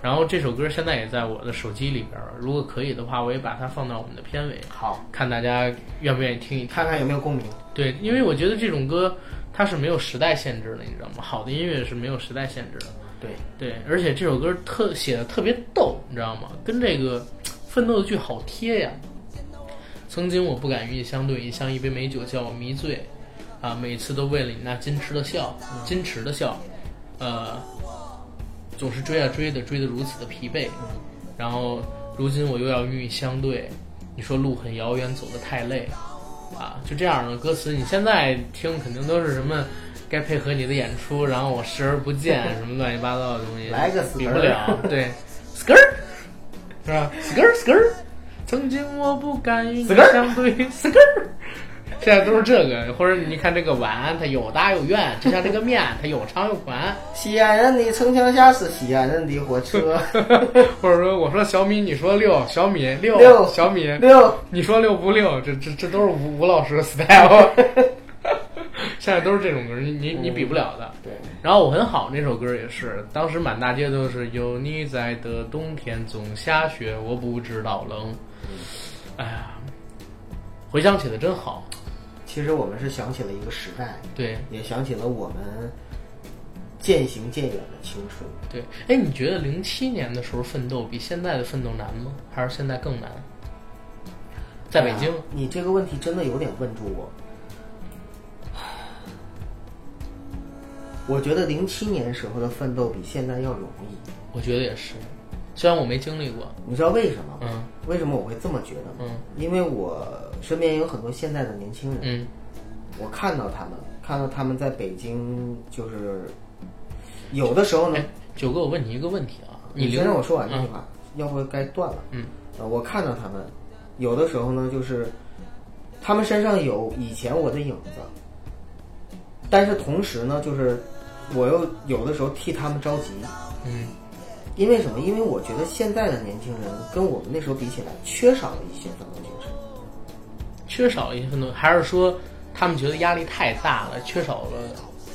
Speaker 1: 然后这首歌现在也在我的手机里边儿，如果可以的话，我也把它放到我们的片尾，
Speaker 2: 好，
Speaker 1: 看大家愿不愿意听一听。
Speaker 2: 看看有没有共鸣。
Speaker 1: 对，因为我觉得这种歌它是没有时代限制的，你知道吗？好的音乐是没有时代限制的。
Speaker 2: 对，
Speaker 1: 对，而且这首歌特写的特别逗，你知道吗？跟这个嘖奋斗的剧好贴呀。曾经我不敢与你相对，像一杯美酒叫我迷醉，啊，每次都为了你那矜持的笑，
Speaker 2: 嗯
Speaker 1: 矜持的笑，呃，总是追啊追的，追得如此的疲惫。
Speaker 2: 嗯
Speaker 1: 然后如今我又要与你相对，你说路很遥远，走得太累，啊，就这样的歌词，你现在听肯定都是什么。该配合你的演出，然后我视而不见， 什么乱七八糟的东西，
Speaker 2: 来个死
Speaker 1: 比
Speaker 2: 根
Speaker 1: 不
Speaker 2: 儿
Speaker 1: 了。对，skr 是吧？skr skr，曾经我不敢与你
Speaker 2: skr
Speaker 1: 相对，skr。现在都是这个，或者你看这个碗，它有大有圆，就像这个面，它有长有宽。
Speaker 2: 西安人的城墙下是西安人的火 车。
Speaker 1: 或者说，我说小米，你说六，小米六，
Speaker 2: 六
Speaker 1: 小米，
Speaker 2: 六，
Speaker 1: 你说六不六？这这这都是吴吴老师的 style。现在都是这种歌，你你你比不了的。
Speaker 2: 对，
Speaker 1: 然后我很好那首歌也是，当时满大街都是有你在的冬天总下雪，我不知道冷。
Speaker 2: 嗯
Speaker 1: 哎呀，回想起的真好。
Speaker 2: 其实我们是想起了一个时代，
Speaker 1: 对
Speaker 2: 也想起了我们渐行渐远的青春。
Speaker 1: 对，哎，你觉得零七年的时候奋斗比现在的奋斗难吗？还是现在更难？在北京
Speaker 2: 哎，呀你这个问题真的有点问住我。我觉得零七年时候的奋斗比现在要容易，
Speaker 1: 我觉得也是，虽然我没经历过。
Speaker 2: 你知道为什么吗？
Speaker 1: 嗯
Speaker 2: 为什么我会这么觉得吗？
Speaker 1: 嗯
Speaker 2: 因为我身边有很多现在的年轻人，
Speaker 1: 嗯
Speaker 2: 我看到他们，看到他们在北京，就是有的时候呢
Speaker 1: 哎，，九哥，我问你一个问题啊，你
Speaker 2: 先
Speaker 1: 零
Speaker 2: 让我说完这句话，要不该断了。
Speaker 1: 嗯，
Speaker 2: 呃，我看到他们，有的时候呢，就是他们身上有以前我的影子，但是同时呢，就是我又有的时候替他们着急，
Speaker 1: 嗯
Speaker 2: 因为什么？因为我觉得现在的年轻人跟我们那时候比起来，缺少了一些奋斗精神。
Speaker 1: 缺少一些奋斗，还是说他们觉得压力太大了，缺少了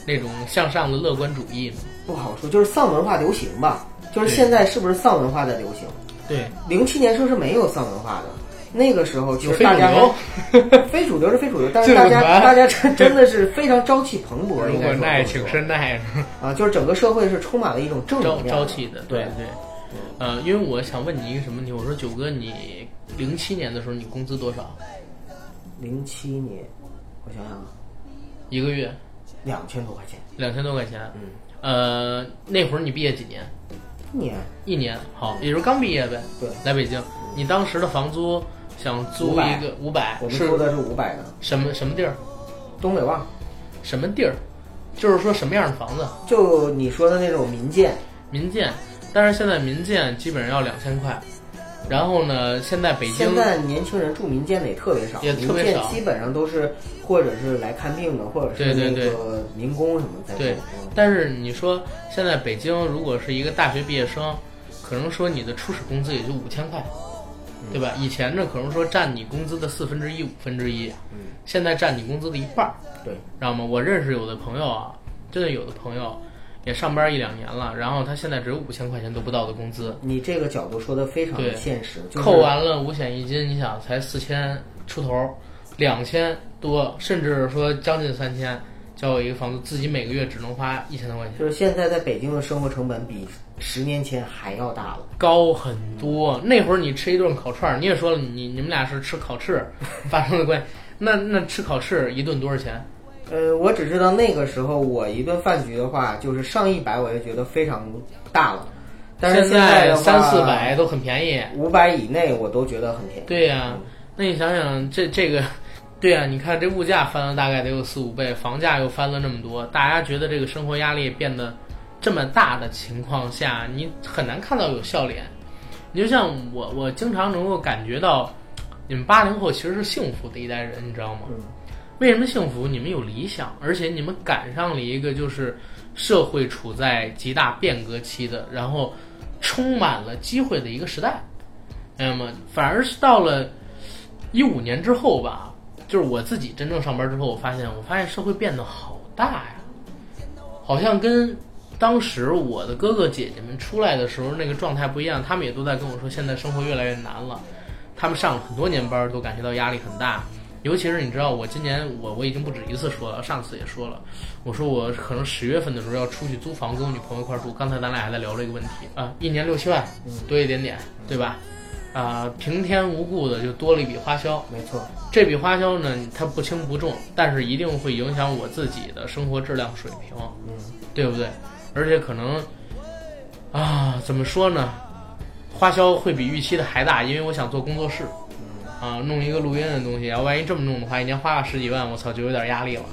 Speaker 1: 那种向上的乐观主义呢？
Speaker 2: 不好说，就是丧文化流行吧，就是
Speaker 1: 对
Speaker 2: 现在是不是丧文化在流行？
Speaker 1: 对，
Speaker 2: 零七年时候是没有丧文化的，那个时候其
Speaker 1: 有
Speaker 2: 实
Speaker 1: 非
Speaker 2: 大
Speaker 1: 主
Speaker 2: 家
Speaker 1: 流，
Speaker 2: 非主流是非主流，但
Speaker 1: 这
Speaker 2: 是大家
Speaker 1: 怎么办
Speaker 2: 大家真真的是非常朝气蓬 勃，
Speaker 1: 如
Speaker 2: 应
Speaker 1: 果
Speaker 2: 该
Speaker 1: 耐，
Speaker 2: 说
Speaker 1: 请深耐，
Speaker 2: 啊，就是整个社会是充满了一种正
Speaker 1: 朝
Speaker 2: 能量
Speaker 1: 朝气的，对
Speaker 2: 对
Speaker 1: 对。呃，因为我想问你一个什么问题？我说九哥，你零七年的时候你工资多少
Speaker 2: 零七年，我想想啊，
Speaker 1: 一个月？
Speaker 2: 两千多块钱，
Speaker 1: 两千多块钱。
Speaker 2: 嗯，
Speaker 1: 呃，那会儿你毕业几年？
Speaker 2: 一年
Speaker 1: 一年，好，也就是刚毕业呗。
Speaker 2: 对，
Speaker 1: 来北京，你当时的房租想租一个五百
Speaker 2: 我，们
Speaker 1: 是
Speaker 2: 租的是五百的
Speaker 1: 什么什么地儿？
Speaker 2: 东北旺，
Speaker 1: 什么地儿？就是说什么样的房子？
Speaker 2: 就你说的那种民建，
Speaker 1: 民建，但是现在民建基本上要两千块。然后呢，现在北京
Speaker 2: 现在年轻人住民建的也特别少，
Speaker 1: 也特别
Speaker 2: 民
Speaker 1: 少
Speaker 2: 建基本上都是或者是来看病的，或者是
Speaker 1: 对对
Speaker 2: 那
Speaker 1: 对
Speaker 2: 个民工什么在住。
Speaker 1: 对
Speaker 2: 嗯
Speaker 1: 但是你说现在北京如果是一个大学毕业生，可能说你的初始工资也就五千块，对吧？以前呢可能说占你工资的四分之一、五分之一，
Speaker 2: 嗯
Speaker 1: 现在占你工资的一半儿，
Speaker 2: 对，
Speaker 1: 知道吗？我认识有的朋友啊，真的有的朋友也上班一两年了，然后他现在只有五千块钱都不到的工资，
Speaker 2: 你这个角度说的非常
Speaker 1: 对
Speaker 2: 的现实，就是
Speaker 1: 扣啊完了五险一金，你想才四千出头，两千多，甚至说将近三千，交一个房租，自己每个月只能花一千多块钱。
Speaker 2: 就是现在在北京的生活成本比十年前还要大了。
Speaker 1: 高很多。那会儿你吃一顿烤串儿，你也说了，你你们俩是吃烤 翅发生的关系。那那吃烤翅一顿多少钱？
Speaker 2: 呃，我只知道那个时候我一顿饭局的话，就是上一百，我就觉得非常大了。但是
Speaker 1: 现
Speaker 2: 在的话
Speaker 1: 三四、百都很便宜。
Speaker 2: 五百以内，我都觉得很便宜。
Speaker 1: 对呀、那你想想这这个，对呀、你看这物价翻了大概得有四五倍，房价又翻了那么多，大家觉得这个生活压力变得这么大的情况下，你很难看到有笑脸。你就像我，我经常能够感觉到，你们八零后其实是幸福的一代人，你知道吗？
Speaker 2: 嗯
Speaker 1: 为什么幸福？你们有理想，而且你们赶上了一个就是社会处在极大变革期的，然后充满了机会的一个时代。那么，反而是到了一五年之后吧，就是我自己真正上班之后，我发现，我发现社会变得好大呀，好像跟当时我的哥哥姐姐们出来的时候那个状态不一样。他们也都在跟我说，现在生活越来越难了。他们上了很多年班，都感觉到压力很大。尤其是你知道，我今年我我已经不止一次说了，上次也说了，我说我可能十月份的时候要出去租房，跟我女朋友一块儿住。刚才咱俩还在聊这个问题啊，一年六七万多一点点，对吧？啊、平添无故的就多了一笔花销。
Speaker 2: 没错，
Speaker 1: 这笔花销呢，它不轻不重，但是一定会影响我自己的生活质量水平，
Speaker 2: 嗯，
Speaker 1: 对不对？而且可能啊，怎么说呢，花销会比预期的还大，因为我想做工作室，
Speaker 2: 嗯
Speaker 1: 啊，弄一个录音的东西，要万一这么弄的话，一年花个十几万，我操，就有点压力了。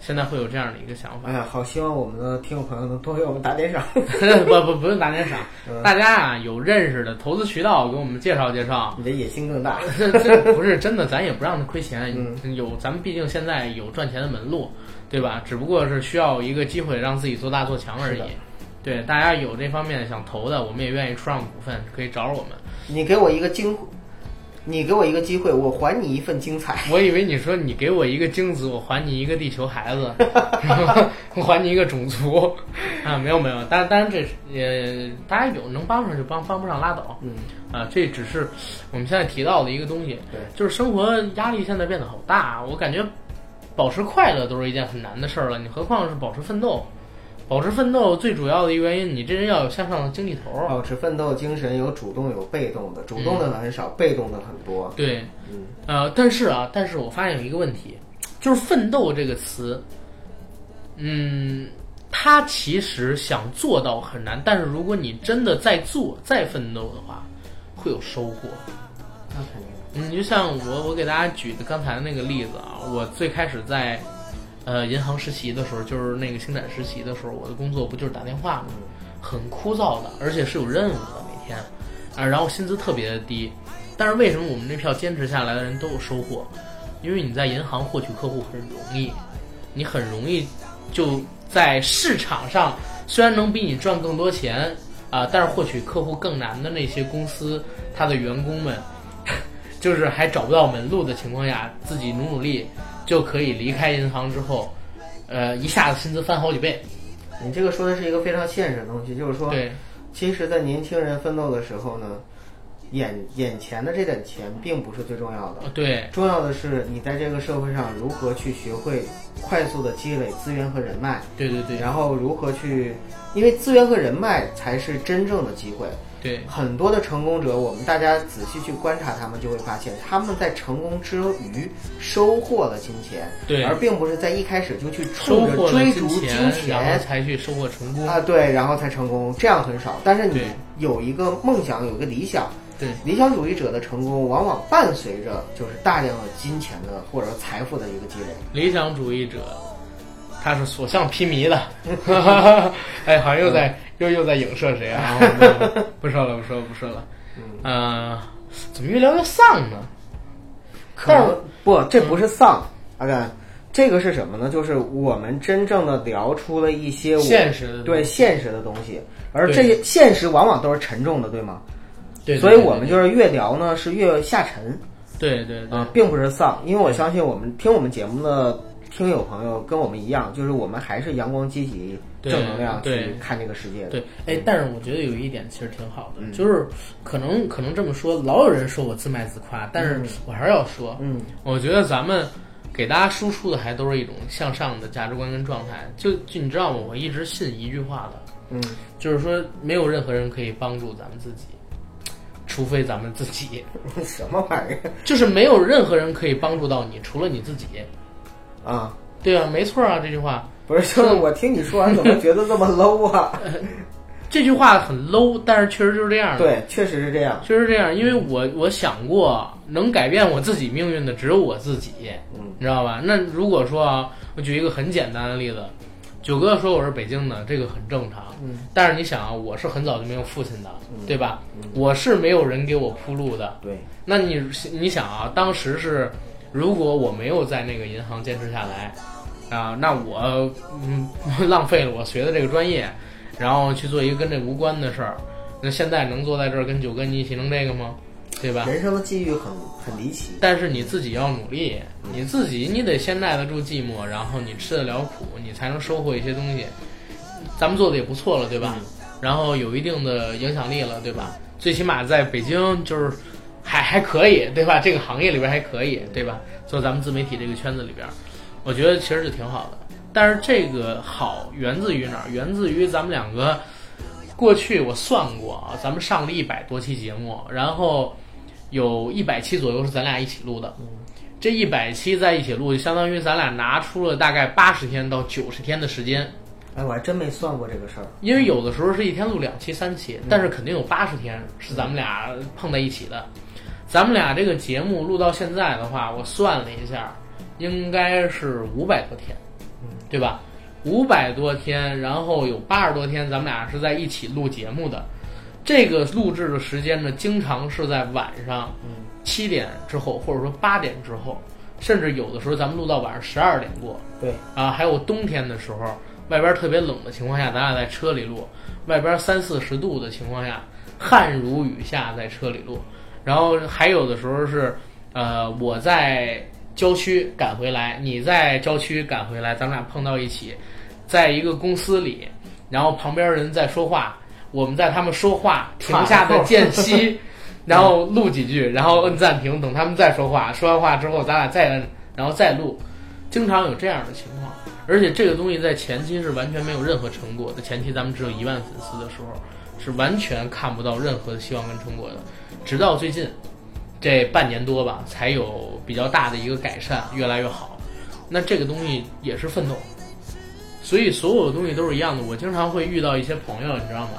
Speaker 1: 现在会有这样的一个想法，
Speaker 2: 哎呀，好希望我们的听众朋友能多给我们打点赏。
Speaker 1: 不不不用打点赏，
Speaker 2: 嗯
Speaker 1: 大家啊有认识的投资渠道给我们介绍介绍，
Speaker 2: 你的野心更大。
Speaker 1: 这 这不是真的，咱也不让他亏钱。
Speaker 2: 嗯
Speaker 1: 有咱们毕竟现在有赚钱的门路，对吧？只不过是需要一个机会让自己做大做强而
Speaker 2: 是
Speaker 1: 已
Speaker 2: 的。
Speaker 1: 对，大家有这方面想投的，我们也愿意出让股份，可以找我们。
Speaker 2: 你给我一个惊，你给我一个机会，我还你一份精彩。
Speaker 1: 我以为你说你给我一个精子，我还你一个地球孩子，我还你一个种族啊！没有没有，当然当然这是也大家有能帮上就帮，帮不上拉倒。
Speaker 2: 嗯，
Speaker 1: 啊，这只是我们现在提到的一个东西，
Speaker 2: 对
Speaker 1: 就是生活压力现在变得好大，我感觉保持快乐都是一件很难的事儿了，你何况是保持奋斗？保持奋斗最主要的一个原因，你这人要有向上的精力头儿。
Speaker 2: 保持奋斗精神，有主动有被动的，主动的很少，被动的很多。
Speaker 1: 对，
Speaker 2: 嗯
Speaker 1: 呃，但是啊，但是我发现有一个问题，就是“奋斗”这个词，嗯，它其实想做到很难，但是如果你真的在做、再奋斗的话，会有收获。
Speaker 2: 那肯定的。
Speaker 1: 你嗯就像我，我给大家举的刚才那个例子啊，我最开始在呃银行实习的时候，就是那个星展实习的时候，我的工作不就是打电话吗？很枯燥的，而且是有任务的每天，啊，然后薪资特别的低，但是为什么我们那票坚持下来的人都有收获？因为你在银行获取客户很容易，你很容易就在市场上，虽然能比你赚更多钱啊、但是获取客户更难的那些公司，它的员工们。就是还找不到门路的情况下，自己努努力就可以离开银行之后，呃，一下子薪资翻好几倍。
Speaker 2: 你这个说的是一个非常现实的东西，就是说，
Speaker 1: 对，
Speaker 2: 其实，在年轻人奋斗的时候呢，眼眼前的这点钱并不是最重要的
Speaker 1: 呃，对，
Speaker 2: 重要的是你在这个社会上如何去学会快速的积累资源和人脉。
Speaker 1: 对对对，
Speaker 2: 然后如何去，因为资源和人脉才是真正的机会。
Speaker 1: 对
Speaker 2: 很多的成功者，我们大家仔细去观察他们，就会发现他们在成功之余收获了金钱，
Speaker 1: 对
Speaker 2: 而并不是在一开始就去
Speaker 1: 收
Speaker 2: 冲着
Speaker 1: 获了
Speaker 2: 追
Speaker 1: 金
Speaker 2: 逐金
Speaker 1: 然后才去收获成功。
Speaker 2: 啊，对，然后才成功，这样很少。但是你
Speaker 1: 对
Speaker 2: 有一个梦想，有一个理想，
Speaker 1: 对
Speaker 2: 理想主义者的成功往往伴随着就是大量的金钱的或者财富的一个积累。
Speaker 1: 理想主义者，他是所向披 靡的。哎，好像又
Speaker 2: 嗯
Speaker 1: 在、又又在影射谁啊？ 不说了，不说了，不说了。嗯、呃，怎么越聊越丧呢？
Speaker 2: 可能不，这不是丧，阿甘，这个是什么呢？就是我们真正的聊出了一些我
Speaker 1: 现实的
Speaker 2: 对现实的东西，而
Speaker 1: 对
Speaker 2: 这些现实往往都是沉重的，对吗？
Speaker 1: 对，嗯
Speaker 2: 所以我们
Speaker 1: 就
Speaker 2: 就是越聊呢是越下沉
Speaker 1: 对对对
Speaker 2: 啊、并不是丧，因为我相信我们听我们节目的听友朋友跟我们一样，就是我们还是阳光积极、
Speaker 1: 对
Speaker 2: 正能量去
Speaker 1: 对
Speaker 2: 看这个世界的。
Speaker 1: 对，哎，但是我觉得有一点其实挺好的，就是可能可能这么说，老有人说我自卖自夸，但是我还是要说，
Speaker 2: 嗯，
Speaker 1: 我觉得咱们给大家输出的还都是一种向上的价值观跟状态。就就你知道吗？我一直信一句话的，
Speaker 2: 嗯，
Speaker 1: 就是说没有任何人可以帮助咱们自己，除非咱们自己，
Speaker 2: 什么玩意儿
Speaker 1: 就是没有任何人可以帮助到你，除了你自己。
Speaker 2: 啊？
Speaker 1: 对啊，没错啊，这句话，
Speaker 2: 不是， 就是我听你说完怎么觉得这么 low 啊？
Speaker 1: 这句话很 low，但是确实就是这样的。
Speaker 2: 对，确实是这样。
Speaker 1: 就是这样，因为我我想过，能改变我自己命运的只有我自己，
Speaker 2: 嗯
Speaker 1: 你知道吧？那如果说啊，我举一个很简单的例子，九哥说我是北京的，这个很正常。
Speaker 2: 嗯，
Speaker 1: 但是你想啊，我是很早就没有父亲的，对吧？
Speaker 2: 嗯
Speaker 1: 我是没有人给我铺路的。
Speaker 2: 对，
Speaker 1: 那你你想啊，当时是如果我没有在那个银行坚持下来，啊，那我嗯 浪费了我学的这个专业，然后去做一个跟这无关的事儿，那现在能坐在这儿跟九哥你一起弄这个吗？对吧？
Speaker 2: 人生的际遇很很离奇。
Speaker 1: 但是你自己要努力，你自己你得先耐得住寂寞，然后你吃得了苦，你才能收获一些东西。咱们做的也不错了，对吧？然后有一定的影响力了，对吧？最起码在北京就是还还可以，对吧？这个行业里边还可以，对吧？做咱们自媒体这个圈子里边，我觉得其实是挺好的。但是这个好源自于哪儿？源自于咱们两个过去我算过啊，咱们上了一百多期节目，然后有一百期左右是咱俩一起录的。这一百期在一起录，就相当于咱俩拿出了大概八十天到九十天的时间，
Speaker 2: 哎，我还真没算过这个事儿。
Speaker 1: 因为有的时候是一天录两期、三期，但是肯定有八十天是咱们俩碰在一起的。咱们俩这个节目录到现在的话，我算了一下，应该是五百多天，对吧？五百多天，然后有八十多天，咱们俩是在一起录节目的。这个录制的时间呢，经常是在晚上七点之后，或者说八点之后，甚至有的时候咱们录到晚上十二点过。
Speaker 2: 对，
Speaker 1: 啊，还有冬天的时候，外边特别冷的情况下，咱俩在车里录，外边三四十度的情况下，汗如雨下在车里录，然后还有的时候是，呃，我在郊区赶回来，你在郊区赶回来，咱们俩碰到一起，在一个公司里，然后旁边人在说话，我们在他们说话停下的间隙。然后录几句，然后摁暂停，等他们再说话。说完话之后，咱俩再摁，然后再录。经常有这样的情况，而且这个东西在前期是完全没有任何成果的，前期咱们只有一万粉丝的时候，是完全看不到任何的希望跟成果的，直到最近这半年多吧，才有比较大的一个改善，越来越好。那这个东西也是奋斗，所以所有的东西都是一样的。我经常会遇到一些朋友，你知道吗？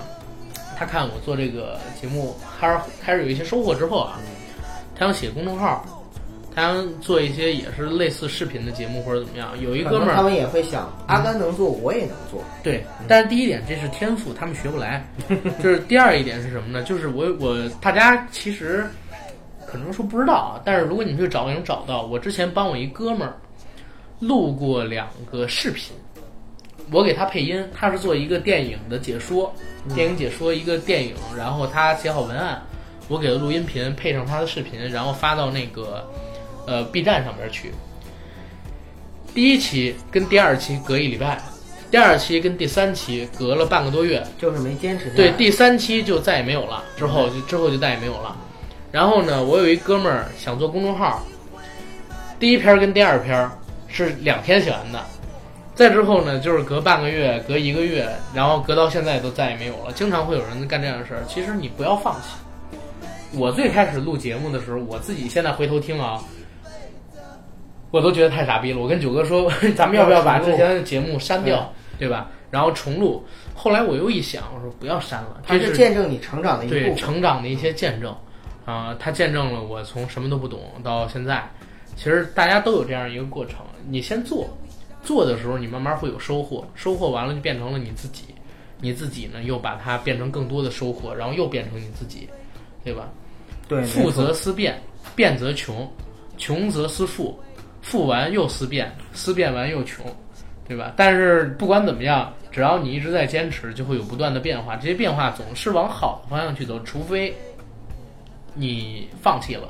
Speaker 1: 他看我做这个节目，开始开始有一些收获之后啊，他想写公众号，他想做一些也是类似视频的节目或者怎么样。有一
Speaker 2: 可
Speaker 1: 哥
Speaker 2: 能
Speaker 1: 们儿嗯
Speaker 2: 他们也会想，阿甘能做，我也能做。
Speaker 1: 对，但是第一点，这是天赋，他们学不来。 就是第二一点是什么呢？就是我我大家其实可能说不知道啊，但是如果你去找，也能找到。我之前帮我一哥们儿录过两个视频，我给他配音，他是做一个电影的解说，电影解说一个电影，然后他写好文案，我给他录音频，配上他的视频，然后发到那个呃 B 站上边去。第一期跟第二期隔一礼拜，第二期跟第三期隔了半个多月，
Speaker 2: 就是没坚持下来。
Speaker 1: 对，第三期就再也没有了，之后就之后就再也没有了。然后呢，我有一哥们儿想做公众号，第一篇儿跟第二篇儿是两天写完的，再之后呢，就是隔半个月、隔一个月，然后隔到现在都再也没有了。经常会有人干这样的事儿。其实你不要放弃。我最开始录节目的时候，我自己现在回头听啊，我都觉得太傻逼了。我跟九哥说， 咱们要不要把之前的节目删掉，对吧？然后重录。后来我又一想，我说不要删了，
Speaker 2: 它
Speaker 1: 这
Speaker 2: 是见证你成长的一部
Speaker 1: 对
Speaker 2: 分。
Speaker 1: 成长的一些见证，啊、它见证了我从什么都不懂到现在。其实大家都有这样一个过程，你先做，做的时候你慢慢会有收获，收获完了就变成了你自己，你自己呢又把它变成更多的收获，然后又变成你自己，对吧？
Speaker 2: 对，
Speaker 1: 富
Speaker 2: 没错
Speaker 1: 则思变，变则穷，穷则思富，富完又思变，思变完又穷，对吧？但是不管怎么样，只要你一直在坚持，就会有不断的变化。这些变化总是往好的方向去走，除非你放弃了。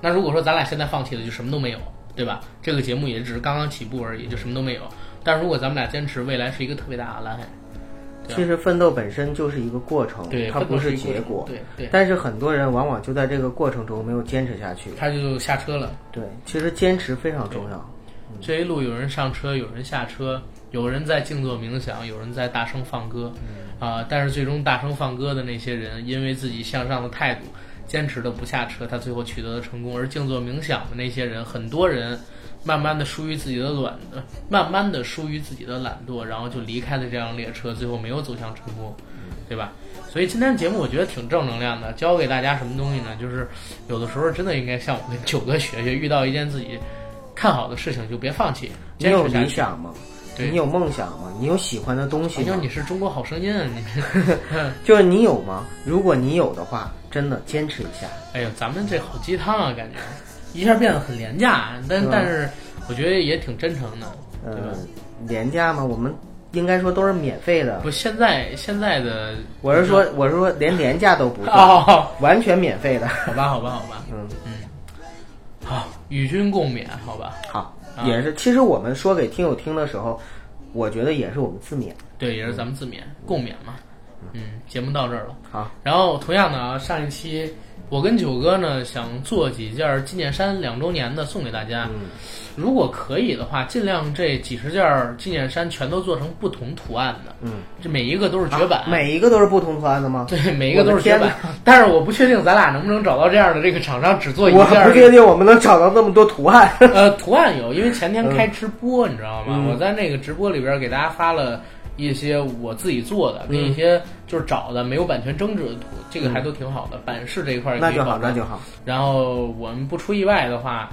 Speaker 1: 那如果说咱俩现在放弃了，就什么都没有，对吧？这个节目也只是刚刚起步而已，就什么都没有。但如果咱们俩坚持，未来是一个特别大的蓝海。对啊
Speaker 2: 其实奋斗本身就是一个过程，
Speaker 1: 对，
Speaker 2: 它
Speaker 1: 奋斗
Speaker 2: 不
Speaker 1: 是一个
Speaker 2: 结
Speaker 1: 过
Speaker 2: 果。
Speaker 1: 程对对，
Speaker 2: 但是很多人往往就在这个过程中没有坚持下去。
Speaker 1: 他就下车了。
Speaker 2: 对，其实坚持非常重要。
Speaker 1: 这一路有人上车，有人下车，有人在静坐冥想，有人在大声放歌，啊、但是最终大声放歌的那些人，因为自己向上的态度，坚持的不下车，他最后取得了成功。而静坐冥想的那些人，很多人慢慢的疏于自己的懒，呃慢慢的疏于自己的懒惰，然后就离开了这辆列车，最后没有走向成功，对吧？所以今天节目我觉得挺正能量的，教给大家什么东西呢？就是有的时候真的应该向我跟九哥学学，遇到一件自己看好的事情就别放弃，
Speaker 2: 你
Speaker 1: 坚
Speaker 2: 有
Speaker 1: 持下
Speaker 2: 理
Speaker 1: 去。
Speaker 2: 想吗？
Speaker 1: 对
Speaker 2: 你有梦想吗？你有喜欢的东西
Speaker 1: 谁叫
Speaker 2: 吗？
Speaker 1: 你是中国好声音啊你？
Speaker 2: 就是你有吗？如果你有的话，真的坚持一下。
Speaker 1: 哎呦，咱们这好鸡汤啊，感觉一下变得很廉价，但
Speaker 2: 是吧
Speaker 1: 但是我觉得也挺真诚的，对吧
Speaker 2: 呃？，廉价吗？我们应该说都是免费的。
Speaker 1: 不，现在现在的
Speaker 2: 我是说，我是说连廉价都 不做，
Speaker 1: 哦，
Speaker 2: 完全免费的。
Speaker 1: 好吧，好吧，好吧，
Speaker 2: 嗯，
Speaker 1: 好，与君共勉，好吧？
Speaker 2: 好，
Speaker 1: 啊
Speaker 2: 也是。其实我们说给听友听的时候，我觉得也是我们自勉。
Speaker 1: 对，也是咱们自勉共勉嘛。嗯，节目到这儿了。
Speaker 2: 好，
Speaker 1: 然后同样的啊，上一期我跟九哥呢想做几件纪念衫两周年的送给大家，
Speaker 2: 嗯
Speaker 1: 如果可以的话，尽量这几十件纪念衫全都做成不同图案的，
Speaker 2: 嗯，啊
Speaker 1: 这每一个都是绝版。
Speaker 2: 每一个都是不同图案的吗？
Speaker 1: 哎 对，每一个都是绝
Speaker 2: 我
Speaker 1: 版
Speaker 2: 的天，
Speaker 1: 但是我不确定咱俩能不能找到这样的这个厂商只做一
Speaker 2: 我
Speaker 1: 件儿
Speaker 2: 不确定我们能找到那么多图 案。
Speaker 1: 呃，图案有，因为前天开直播，你知道吗？
Speaker 2: 嗯
Speaker 1: 我在那个直播里边给大家发了一些我自己做的，跟
Speaker 2: 嗯
Speaker 1: 一些就是找的没有版权争执的图，这个还都挺好的。版式这一块儿也
Speaker 2: 那
Speaker 1: 可以
Speaker 2: 就好，
Speaker 1: 保
Speaker 2: 那
Speaker 1: 障
Speaker 2: 就好。
Speaker 1: 然后我们不出意外的话，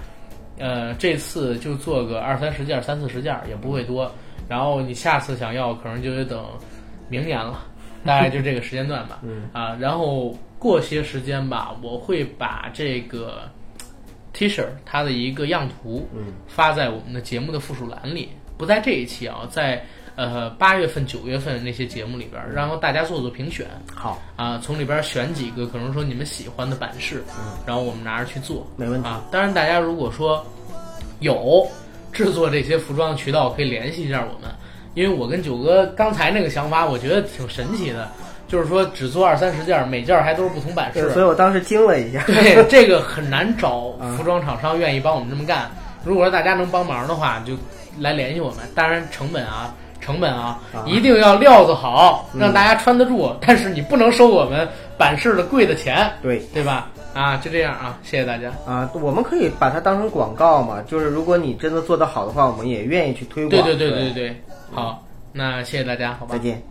Speaker 1: 呃，这次就做个二三十件儿、三四十件儿，也不会多。然后你下次想要，可能就得等明年 了，大概就这个时间段吧。
Speaker 2: 嗯
Speaker 1: 啊，然后过些时间吧，我会把这个 T 恤儿它的一个样图，
Speaker 2: 嗯，
Speaker 1: 发在我们的节目的附属栏里，不在这一期啊，在呃八月份、九月份那些节目里边儿，
Speaker 2: 嗯
Speaker 1: 然后大家做做评选。
Speaker 2: 好，
Speaker 1: 啊，从里边儿选几个可能说你们喜欢的版式，
Speaker 2: 嗯
Speaker 1: 然后我们拿着去做
Speaker 2: 没问题。
Speaker 1: 啊。当然，大家如果说有制作这些服装的渠道，可以联系一下我们，因为我跟九哥刚才那个想法，我觉得挺神奇的，就是说只做二三十件儿，每件儿还都是不同版
Speaker 2: 对
Speaker 1: 式
Speaker 2: 所，以我当时惊了一下。
Speaker 1: 对，这个很难找
Speaker 2: 嗯
Speaker 1: 服装厂商愿意帮我们这么干。如果说大家能帮忙的话，就来联系我们。当然成本啊，成本啊，
Speaker 2: 啊
Speaker 1: 一定要料子好，
Speaker 2: 嗯
Speaker 1: 让大家穿得住。但是你不能收我们版式的贵的钱，
Speaker 2: 对
Speaker 1: 对吧？啊，就这样啊，谢谢大家。
Speaker 2: 啊，我们可以把它当成广告嘛，就是如果你真的做得好的话，我们也愿意去推广。
Speaker 1: 对对对对对，好，那谢谢大家，好吧
Speaker 2: 再。见。